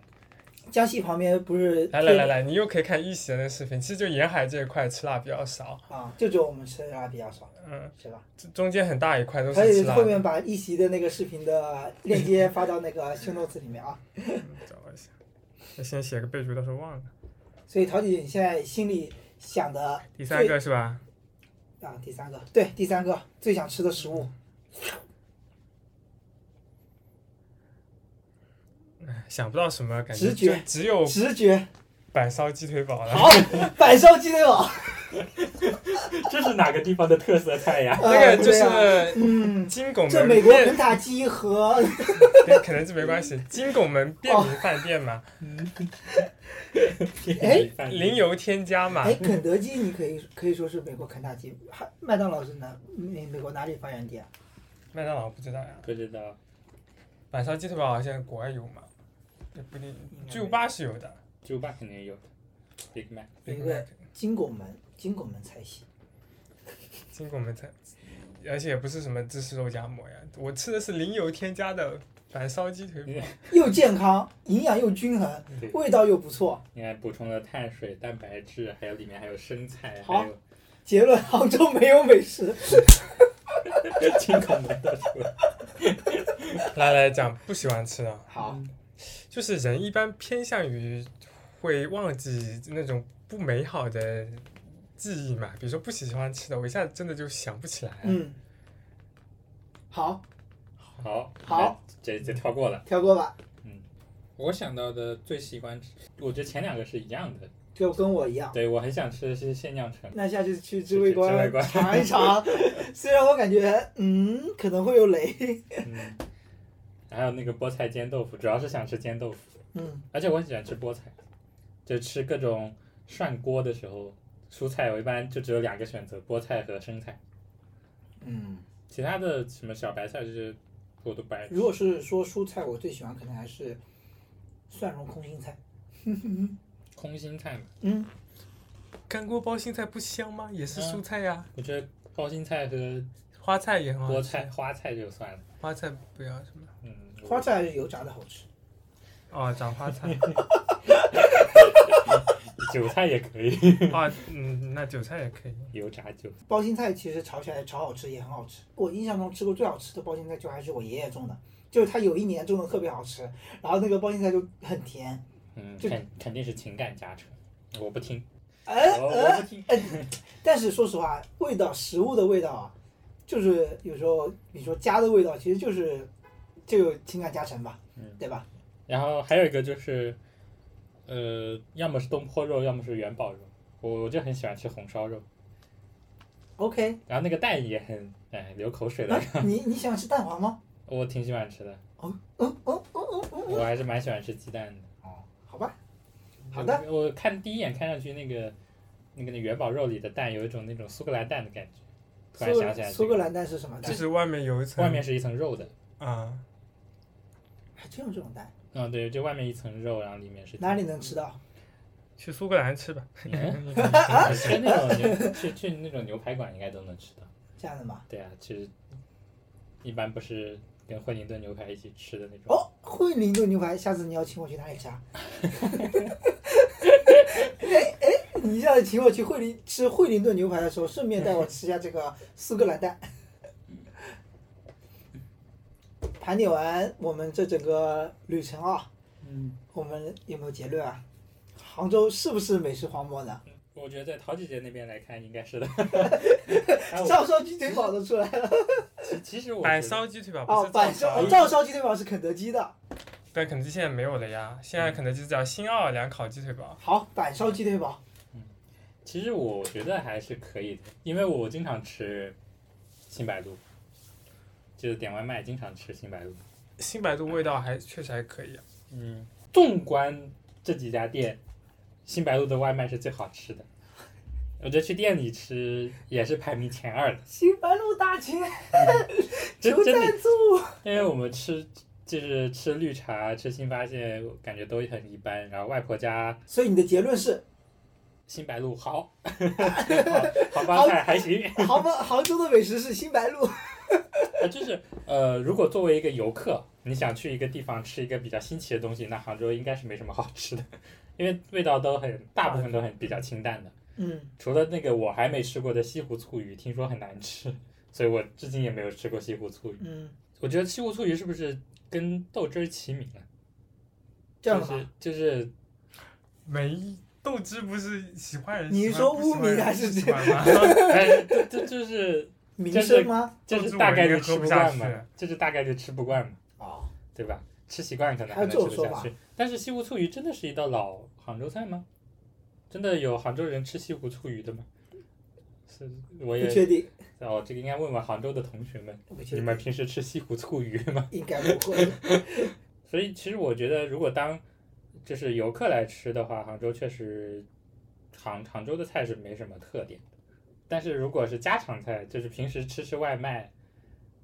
[SPEAKER 2] 江西旁边不是
[SPEAKER 1] 来来来来，你又可以看一席的那视频，其实就沿海这一块吃辣比较少，
[SPEAKER 2] 啊，就只有我们吃辣比较少，
[SPEAKER 1] 嗯，
[SPEAKER 2] 是吧？
[SPEAKER 1] 中中间很大一块都
[SPEAKER 2] 可
[SPEAKER 1] 是吃
[SPEAKER 2] 以
[SPEAKER 1] 辣
[SPEAKER 2] 后面
[SPEAKER 1] 的。
[SPEAKER 2] 把一席的那个视频的链接发到那个 show notes 里面啊。
[SPEAKER 1] 嗯找一下，我先写个备注，到时候忘了。
[SPEAKER 2] 所以陶姐，你现在心里想的
[SPEAKER 1] 第三个是吧？
[SPEAKER 2] 最啊，第三个，对，第三个最想吃的食物，
[SPEAKER 1] 哎想不到什么感觉，
[SPEAKER 2] 直觉
[SPEAKER 1] 就只有
[SPEAKER 2] 直觉。
[SPEAKER 1] 板烧鸡腿堡了。
[SPEAKER 2] 好， 板烧鸡腿堡。
[SPEAKER 4] 这是哪个地方的特色菜 呀？
[SPEAKER 1] 那
[SPEAKER 2] 呃
[SPEAKER 1] 个就
[SPEAKER 2] 对啊
[SPEAKER 1] 是
[SPEAKER 2] 嗯，
[SPEAKER 1] 金拱
[SPEAKER 2] 这
[SPEAKER 1] 门
[SPEAKER 2] 美国肯
[SPEAKER 1] 便，
[SPEAKER 2] 塔基 和
[SPEAKER 1] 跟可能是没关系。金拱门便民饭店嘛，零油添加嘛
[SPEAKER 2] 哦啊哎，，肯德基你可以可以说是美国肯塔基，还麦当劳是哪美美国哪里发源地啊？
[SPEAKER 1] 麦当劳不知道呀。
[SPEAKER 4] 不知道，
[SPEAKER 1] 板烧鸡腿堡好像国外有嘛？也不一定，
[SPEAKER 2] 嗯
[SPEAKER 1] 巨无霸是有的。
[SPEAKER 4] 猪八肯定有的，Big Mac。
[SPEAKER 2] 有一
[SPEAKER 1] Big
[SPEAKER 2] 个
[SPEAKER 1] Mac
[SPEAKER 2] 金拱门，金拱门菜系。
[SPEAKER 1] 金拱门菜，而且也不是什么芝士肉夹馍呀，我吃的是零油添加的板烧鸡腿堡。
[SPEAKER 2] 又健康，营养又均衡，
[SPEAKER 4] 对，
[SPEAKER 2] 味道又不错。
[SPEAKER 4] 你看补充了碳水、蛋白质，还有里面还有生菜，
[SPEAKER 2] 好
[SPEAKER 4] 还有
[SPEAKER 2] 结论：杭州没有美食。
[SPEAKER 4] 金口门的食物。
[SPEAKER 1] 来来讲不喜欢吃的，
[SPEAKER 2] 好，
[SPEAKER 1] 就是人一般偏向于会忘记那种不美好的记忆嘛，比如说不喜欢吃的，我一下子真的就想不起来。啊
[SPEAKER 2] 嗯，好，
[SPEAKER 4] 好，哎
[SPEAKER 2] 好，
[SPEAKER 4] 这这跳过了。
[SPEAKER 2] 跳过吧，
[SPEAKER 4] 我想到的最喜欢吃，我觉得前两个是一样的。
[SPEAKER 2] 就跟我一样。
[SPEAKER 4] 对我很想吃的是现酿橙，
[SPEAKER 2] 那下次去知味
[SPEAKER 4] 知味
[SPEAKER 2] 观
[SPEAKER 4] 观
[SPEAKER 2] 尝一尝，虽然我感觉嗯可能会有雷，
[SPEAKER 4] 嗯，还有那个菠菜煎豆腐，主要是想吃煎豆腐，
[SPEAKER 2] 嗯
[SPEAKER 4] 而且我很喜欢吃菠菜，就吃各种涮锅的时候，蔬菜我一般就只有两个选择，菠菜和生菜，
[SPEAKER 2] 嗯。
[SPEAKER 4] 其他的什么小白菜就是我都不爱吃。
[SPEAKER 2] 如果是说蔬菜，我最喜欢可能还是蒜蓉空心菜。
[SPEAKER 4] 空心菜嘛，
[SPEAKER 2] 嗯，
[SPEAKER 1] 干锅包心菜不香吗？也是蔬菜呀，
[SPEAKER 4] 我觉得包心菜和
[SPEAKER 1] 花菜也很好
[SPEAKER 4] 嗯菠
[SPEAKER 1] 吃。
[SPEAKER 4] 菜、花菜就算了，
[SPEAKER 1] 花菜不要什么？
[SPEAKER 4] 嗯，我
[SPEAKER 2] 花菜还是油炸的好吃。
[SPEAKER 1] 哦，长花 菜
[SPEAKER 4] 韭菜也可以，
[SPEAKER 1] 啊，嗯，那韭菜也可以。
[SPEAKER 4] 油炸韭菜。
[SPEAKER 2] 包心菜其实炒起来炒好吃也很好吃。我印象中吃过最好吃的包心菜就还是我爷爷种的，就是他有一年种的特别好吃，然后那个包心菜就很甜。
[SPEAKER 4] 嗯，
[SPEAKER 2] 就
[SPEAKER 4] 肯肯定是情感加成，我不听，哦
[SPEAKER 2] 哎
[SPEAKER 4] 我
[SPEAKER 2] 哎，
[SPEAKER 4] 我不听，
[SPEAKER 2] 但是说实话，味道食物的味道啊，就是有时候你说家的味道，其实就是就有情感加成吧，
[SPEAKER 4] 嗯
[SPEAKER 2] 对吧？
[SPEAKER 4] 然后还有一个就是，呃，要么是东坡肉，要么是元宝肉，我我就很喜欢吃红烧肉，
[SPEAKER 2] OK，
[SPEAKER 4] 然后那个蛋也很，哎，流口水了，
[SPEAKER 2] 那你你喜欢吃蛋黄吗？
[SPEAKER 4] 我挺喜欢吃的，
[SPEAKER 2] 嗯嗯嗯嗯嗯，
[SPEAKER 4] 我还是蛮喜欢吃鸡蛋的。
[SPEAKER 2] 好吧，
[SPEAKER 4] 嗯
[SPEAKER 2] 好的，
[SPEAKER 4] 我，我看第一眼看上去那个那个那元宝肉里的蛋有一种那种苏格兰蛋的感觉，突然
[SPEAKER 2] 苏
[SPEAKER 4] 想起
[SPEAKER 2] 格
[SPEAKER 4] 来、
[SPEAKER 2] 苏格，兰蛋嗯是什么
[SPEAKER 1] 就
[SPEAKER 2] 蛋？
[SPEAKER 1] 是外面有一层，
[SPEAKER 4] 外面是一层肉的，
[SPEAKER 1] 啊，
[SPEAKER 2] 还哎真有这种蛋，
[SPEAKER 4] 嗯，对，就外面一层肉，然后里面是
[SPEAKER 2] 哪里能吃到？
[SPEAKER 1] 去苏格兰吃吧。
[SPEAKER 4] 嗯
[SPEAKER 2] 啊
[SPEAKER 4] 吃那种牛去去那种牛排馆应该都能吃到。
[SPEAKER 2] 这样的吗？
[SPEAKER 4] 对啊，其实一般不是跟惠灵顿牛排一起吃的那种。
[SPEAKER 2] 哦，惠灵顿牛排，下次你要请我去哪里吃 啊？哎哎，你下次请我去惠灵吃惠灵顿牛排的时候，顺便带我吃一下这个苏格兰蛋。盘点完我们这整个旅程啊，
[SPEAKER 4] 嗯，
[SPEAKER 2] 我们有没有结论啊？杭州是不是美食荒漠呢？
[SPEAKER 4] 我觉得在陶姐姐那边来看应 该是的。哎，我
[SPEAKER 2] 照烧鸡腿堡都出来了
[SPEAKER 4] 其其实我
[SPEAKER 1] 板
[SPEAKER 4] 觉得
[SPEAKER 1] 烧鸡腿堡不
[SPEAKER 2] 哦，
[SPEAKER 1] 是照
[SPEAKER 2] 板
[SPEAKER 1] 烧
[SPEAKER 2] 烧，照烧鸡腿堡是肯德基的。
[SPEAKER 1] 但肯德基现在没有了呀，现
[SPEAKER 4] 嗯
[SPEAKER 1] 在肯德基叫新奥尔良烤鸡腿堡。
[SPEAKER 2] 好，板烧鸡腿堡，
[SPEAKER 4] 其实我觉得还是可以的，因为我经常吃新百鹿，就是点外卖经常吃新百鹿。
[SPEAKER 1] 新百度味道还确实还可以啊，
[SPEAKER 4] 嗯，纵观这几家店，新百鹿的外卖是最好吃的。我觉得去店里吃也是排名前二的，
[SPEAKER 2] 新白鹿大姐
[SPEAKER 4] 真
[SPEAKER 2] 求
[SPEAKER 4] 真的
[SPEAKER 2] 赞助。
[SPEAKER 4] 因为我们吃就是吃绿茶、吃新发现，感觉都很一般。然后外婆家
[SPEAKER 2] 所以你的结论是，
[SPEAKER 4] 新白鹿好， 好好吧，菜还行。
[SPEAKER 2] 杭州杭州的美食是新白鹿。
[SPEAKER 4] 啊，就是呃，如果作为一个游客，你想去一个地方吃一个比较新奇的东西，那杭州应该是没什么好吃的，因为味道都很，大部分都很比较清淡的。
[SPEAKER 2] 嗯，
[SPEAKER 4] 除了那个我还没吃过的西湖醋鱼，听说很难吃，所以我至今也没有吃过西湖醋鱼。
[SPEAKER 2] 嗯，
[SPEAKER 4] 我觉得西湖醋鱼是不是跟豆汁儿齐名啊？
[SPEAKER 2] 这样的
[SPEAKER 4] 就
[SPEAKER 2] 吗
[SPEAKER 4] 是？就是
[SPEAKER 1] 没豆汁不是喜欢人
[SPEAKER 2] 你
[SPEAKER 1] 喜欢
[SPEAKER 2] 说
[SPEAKER 1] 不喜欢
[SPEAKER 2] 污名
[SPEAKER 1] 人
[SPEAKER 2] 还是
[SPEAKER 1] 喜
[SPEAKER 2] 这
[SPEAKER 1] 欢吗？
[SPEAKER 4] 哎，这这就是
[SPEAKER 2] 名
[SPEAKER 4] 就是
[SPEAKER 2] 声吗？
[SPEAKER 4] 就
[SPEAKER 1] 豆汁
[SPEAKER 4] 是
[SPEAKER 1] 我
[SPEAKER 4] 大概
[SPEAKER 1] 应该
[SPEAKER 4] 率吃
[SPEAKER 1] 喝不下
[SPEAKER 4] 惯
[SPEAKER 1] 去
[SPEAKER 4] 嘛，就是大概率吃不惯嘛，
[SPEAKER 2] 哦，
[SPEAKER 4] 对吧？吃习惯可能
[SPEAKER 2] 还有
[SPEAKER 4] 还能
[SPEAKER 2] 这种
[SPEAKER 4] 吃
[SPEAKER 2] 说
[SPEAKER 4] 得下
[SPEAKER 2] 法
[SPEAKER 4] 去。但是西湖醋鱼真的是一道老杭州菜吗？真的有杭州人吃西湖醋鱼的吗？是，我
[SPEAKER 2] 不
[SPEAKER 4] 也
[SPEAKER 2] 确定，
[SPEAKER 4] 哦，这个应该问问杭州的同学们，
[SPEAKER 2] 不确
[SPEAKER 4] 你们
[SPEAKER 2] 定，
[SPEAKER 4] 平时吃西湖醋鱼吗？
[SPEAKER 2] 应该不会。
[SPEAKER 4] 所以其实我觉得，如果当就是游客来吃的话，杭州确实杭杭州的菜是没什么特点的。但是如果是家常菜，就是平时吃吃外卖，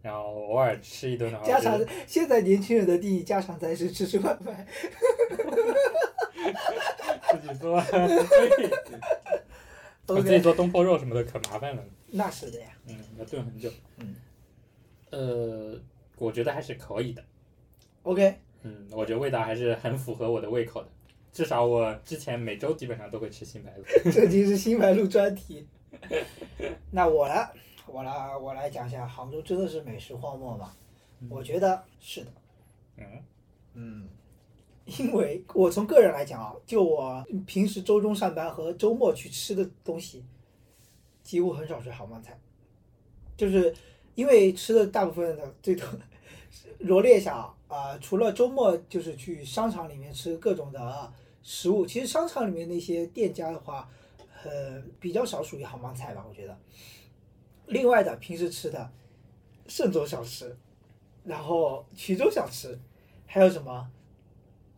[SPEAKER 4] 然后偶尔吃一顿的话，
[SPEAKER 2] 家常
[SPEAKER 4] 我觉得
[SPEAKER 2] 现在年轻人的定义，家常菜是吃吃外 卖。
[SPEAKER 4] 自己做， 所以我啊自己
[SPEAKER 2] OK，
[SPEAKER 4] 做东坡肉什么的可麻烦了，
[SPEAKER 2] 那是的呀。
[SPEAKER 4] 嗯，要炖很久。
[SPEAKER 2] 嗯，
[SPEAKER 4] 呃，我觉得还是可以的。
[SPEAKER 2] OK，
[SPEAKER 4] 嗯，我觉得味道还是很符合我的胃口的，至少我之前每周基本上都会吃新白鹿。
[SPEAKER 2] 这集是新白鹿专题。 那我来，我来，我来讲一下，杭州真的是美食荒漠吗？我觉得是的。
[SPEAKER 4] 嗯
[SPEAKER 2] 嗯，因为我从个人来讲啊，就我平时周中上班和周末去吃的东西，几乎很少是杭帮菜，就是因为吃的大部分的最多，罗列一下啊，啊、除了周末就是去商场里面吃各种的食物，其实商场里面那些店家的话，呃，比较少属于杭帮菜吧，我觉得。另外的平时吃的，嵊州小吃，然后衢州小吃，还有什么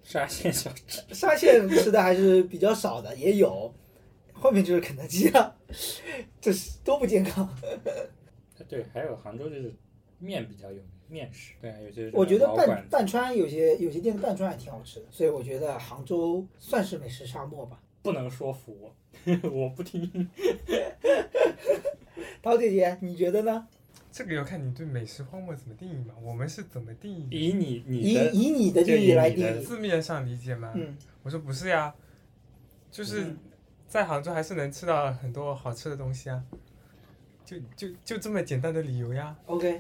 [SPEAKER 4] 沙县小吃。
[SPEAKER 2] 沙县吃的还是比较少的，也有。 后面就是肯德基了， 这是多不健康。
[SPEAKER 4] 对，还有杭州就是面比较有名，面食。对啊，有些
[SPEAKER 2] 我觉得
[SPEAKER 4] 拌
[SPEAKER 2] 半半川有些有些店的拌川还挺好吃的，所以我觉得杭州算是美食沙漠吧。
[SPEAKER 4] 不能说服我， 我 不听。
[SPEAKER 2] 陶姐姐，你觉得呢？
[SPEAKER 1] 这个要看你对美食荒漠怎么定义嘛，我们是怎么定义的？
[SPEAKER 4] 以你你
[SPEAKER 2] 以
[SPEAKER 4] 的
[SPEAKER 2] 以你的
[SPEAKER 4] 就
[SPEAKER 2] 定
[SPEAKER 4] 以
[SPEAKER 2] 义来
[SPEAKER 4] 你
[SPEAKER 2] 定
[SPEAKER 4] 的
[SPEAKER 2] 义，
[SPEAKER 1] 字面上理解吗？
[SPEAKER 2] 嗯，
[SPEAKER 1] 我说不是呀，就是
[SPEAKER 4] 嗯
[SPEAKER 1] 在杭州还是能吃到很多好吃的东西啊，就就就这么简单的理由呀。
[SPEAKER 2] OK，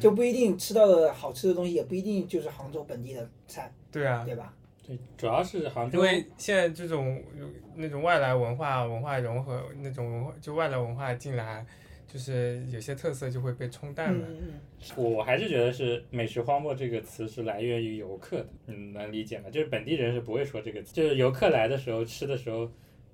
[SPEAKER 2] 就不一定吃到的好吃的东西，也不一定就是杭州本地的菜，
[SPEAKER 1] 对啊，
[SPEAKER 2] 对吧？
[SPEAKER 4] 对，主要是杭
[SPEAKER 2] 哦
[SPEAKER 1] 因
[SPEAKER 4] 州
[SPEAKER 1] 为现在这种那种外来文化文化融合那种文化就外来文化进来，就是有些特色就会被冲淡
[SPEAKER 2] 嗯
[SPEAKER 1] 了。
[SPEAKER 2] 嗯
[SPEAKER 4] 我还是觉得是“美食荒漠”这个词是来源于游客的，你能理解吗？就是本地人是不会说这个词，就是游客来的时候吃的时候，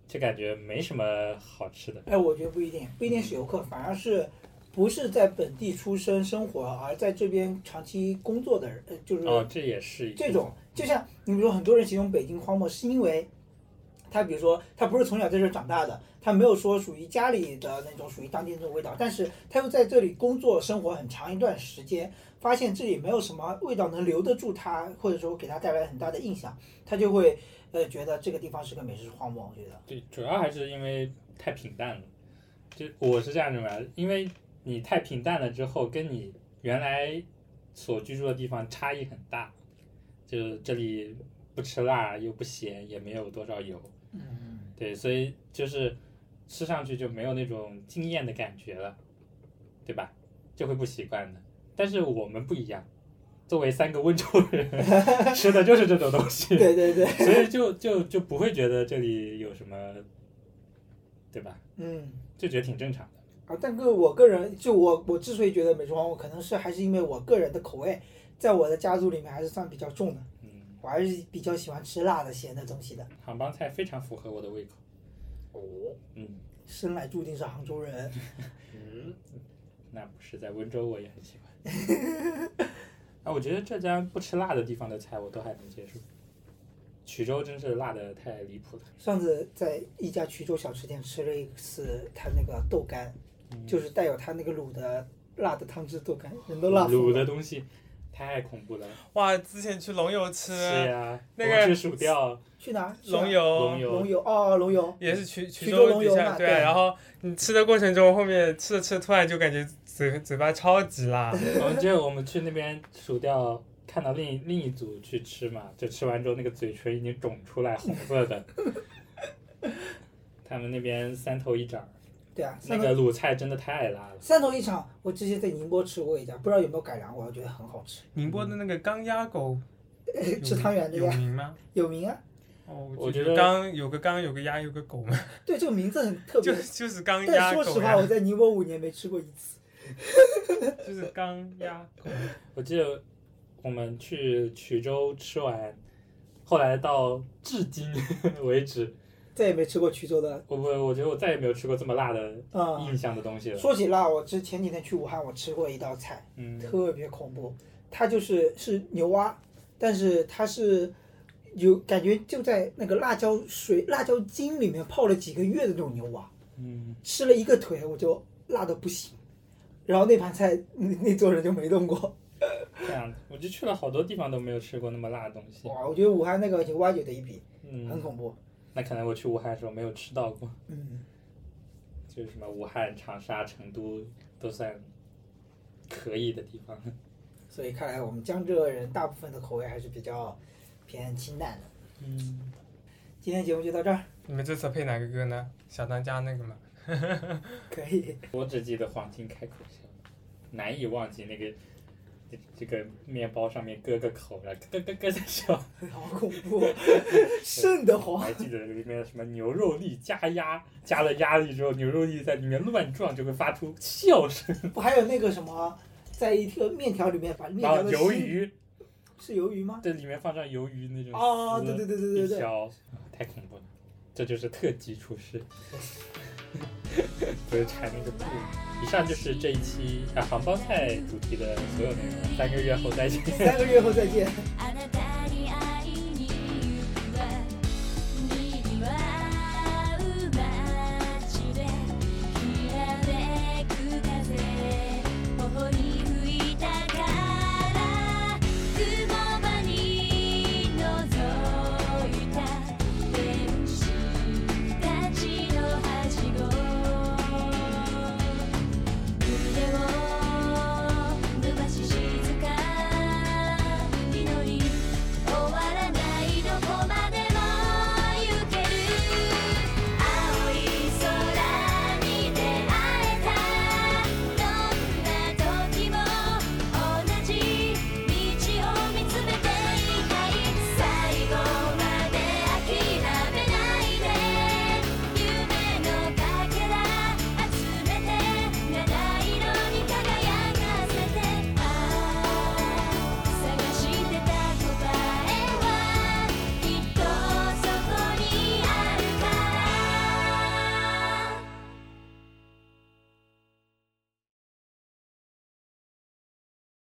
[SPEAKER 4] 就感觉没什么好吃的。
[SPEAKER 2] 嗯。哎，我觉得不一定，不一定是游客，反而是不是在本地出生生活，而在这边长期工作的人，呃就是
[SPEAKER 4] 哦，这也是一
[SPEAKER 2] 这
[SPEAKER 4] 部
[SPEAKER 2] 种，就像你比如说，很多人形容北京荒漠，是因为他比如说他不是从小在这儿长大的，他没有说属于家里的那种属于当地那种味道，但是他又在这里工作生活很长一段时间，发现这里没有什么味道能留得住他，或者说给他带来很大的印象，他就会呃觉得这个地方是个美食荒漠。我觉得，
[SPEAKER 4] 对，主要还是因为太平淡了。就我是这样认为啊，因为你太平淡了之后，跟你原来所居住的地方差异很大。就这里不吃辣，又不咸，也没有多少油，
[SPEAKER 2] 嗯，
[SPEAKER 4] 对，所以就是吃上去就没有那种惊艳的感觉了，对吧？就会不习惯的。但是我们不一样，作为三个温州人，吃的就是这种东西。
[SPEAKER 2] 对对对，
[SPEAKER 4] 所以就就就不会觉得这里有什么对吧？
[SPEAKER 2] 嗯。
[SPEAKER 4] 就觉得挺正常的。
[SPEAKER 2] 啊，但个我个人就我我之所以觉得美式黄瓜，可能是还是因为我个人的口味，在我的家族里面还是算比较重的，
[SPEAKER 4] 嗯，
[SPEAKER 2] 我还是比较喜欢吃辣的、咸的东西的。
[SPEAKER 4] 杭帮菜非常符合我的胃口。
[SPEAKER 5] 哦，
[SPEAKER 4] 嗯，
[SPEAKER 2] 生来注定是杭州人，
[SPEAKER 5] 嗯，
[SPEAKER 4] 那不是在温州我也很喜欢。 啊，我觉得浙江不吃辣的地方的菜我都还能接受，衢州真是辣的太离谱了。
[SPEAKER 2] 上次在一家衢州小吃店吃了一次他那个豆干，
[SPEAKER 4] 嗯
[SPEAKER 2] 就是带有他那个卤的辣的汤汁豆干，人都辣
[SPEAKER 4] 卤
[SPEAKER 2] 疯
[SPEAKER 4] 的
[SPEAKER 2] 了。
[SPEAKER 4] 东西太恐怖了。
[SPEAKER 1] 哇，之前去龙游吃
[SPEAKER 4] 是呀，
[SPEAKER 1] 那
[SPEAKER 4] 我
[SPEAKER 1] 个哦
[SPEAKER 4] 吃薯条，
[SPEAKER 2] 去哪？去哪
[SPEAKER 1] 龙游，
[SPEAKER 4] 龙
[SPEAKER 2] 龙
[SPEAKER 4] 游
[SPEAKER 2] 游哦，龙游。
[SPEAKER 1] 也是衢衢
[SPEAKER 2] 衢州
[SPEAKER 1] 州
[SPEAKER 2] 龙
[SPEAKER 1] 底
[SPEAKER 2] 游
[SPEAKER 1] 下
[SPEAKER 2] 嘛
[SPEAKER 1] 对，啊
[SPEAKER 2] 对
[SPEAKER 1] 然后你吃的过程中，后面吃着吃着，突然就感觉嘴嘴巴超级 辣，
[SPEAKER 4] 我们就我们去那边薯条，看到另一另一组去吃嘛，就吃完之后那个嘴唇已经肿出来，红色 的。他们那边三头一掌，
[SPEAKER 2] 对啊，
[SPEAKER 4] 那
[SPEAKER 2] 汕头
[SPEAKER 4] 个卤菜真的太辣了。
[SPEAKER 2] 汕头一场，我之前在宁波吃过一家，不知道有没有改良过，我觉得很好吃，
[SPEAKER 1] 宁波的那个钢鸭狗有
[SPEAKER 2] 吃汤圆的
[SPEAKER 1] 有
[SPEAKER 2] 呀，
[SPEAKER 1] 名吗？
[SPEAKER 2] 有名啊。
[SPEAKER 1] 哦，
[SPEAKER 4] 我
[SPEAKER 1] 就
[SPEAKER 4] 觉得
[SPEAKER 1] 钢有个钢有个鸭有个狗嘛，
[SPEAKER 2] 对，这个名字很特别
[SPEAKER 1] 就。就是钢
[SPEAKER 2] 但
[SPEAKER 1] 鸭
[SPEAKER 2] 说实
[SPEAKER 1] 狗
[SPEAKER 2] 话，我
[SPEAKER 1] 呀，
[SPEAKER 2] 在宁波五年没吃过一次。
[SPEAKER 1] 就是钢鸭狗。
[SPEAKER 4] 我记得我们去衢州吃完，后来到至今 为止，
[SPEAKER 2] 再也没吃过衢州的
[SPEAKER 4] 我我我觉得我再也没有吃过这么辣的
[SPEAKER 2] 啊、
[SPEAKER 4] 印象的东西了。
[SPEAKER 2] 说起辣，我之前几天去武汉，我吃过一道菜，
[SPEAKER 4] 嗯，
[SPEAKER 2] 特别恐怖。它就是是牛蛙，但是它是有感觉就在那个辣椒水、辣椒精里面泡了几个月的那种牛蛙，
[SPEAKER 4] 嗯，
[SPEAKER 2] 吃了一个腿我就辣的不行。然后那盘菜那那桌人就没动过。
[SPEAKER 4] 这样，我就去了好多地方都没有吃过那么辣的东西。
[SPEAKER 2] 哇，我觉得武汉那个牛蛙有的一比，很
[SPEAKER 4] 嗯，
[SPEAKER 2] 恐怖。
[SPEAKER 4] 那可能我去武汉的时候没有吃到过，
[SPEAKER 2] 嗯，
[SPEAKER 4] 就是什么武汉、长沙、成都都算可以的地方。
[SPEAKER 2] 所以看来我们江浙人大部分的口味还是比较偏清淡的。
[SPEAKER 4] 嗯，
[SPEAKER 2] 今天节目就到这 儿，
[SPEAKER 1] 你们这次配哪个歌呢？小当家那个吗？
[SPEAKER 2] 可以。
[SPEAKER 4] 我只记得黄金开口笑，难以忘记那个这这个面包上面割个口，然后咯咯咯在笑。
[SPEAKER 2] 好恐 怖，瘆得
[SPEAKER 4] 我
[SPEAKER 2] 慌。
[SPEAKER 4] 还记得里面什么牛肉粒加压，加了压力之后，牛肉粒在里面乱撞，就会发出笑声。
[SPEAKER 2] 不还有那个什么，在一个面条里面把面
[SPEAKER 4] 然
[SPEAKER 2] 条
[SPEAKER 4] 后
[SPEAKER 2] 的
[SPEAKER 4] 啊鱿
[SPEAKER 2] 心
[SPEAKER 4] 鱼
[SPEAKER 2] 是鱿鱼吗？
[SPEAKER 4] 在里面放上鱿鱼那种
[SPEAKER 2] 哦，
[SPEAKER 4] 丝
[SPEAKER 2] 对对对对对
[SPEAKER 4] 一
[SPEAKER 2] 对，
[SPEAKER 4] 削，太恐怖了，这就是特级 厨师，不是缠那个布。以上就是这一期啊杭帮菜主题的所有内容，三个月后再见。
[SPEAKER 2] 三个月后再见。
[SPEAKER 3] 歩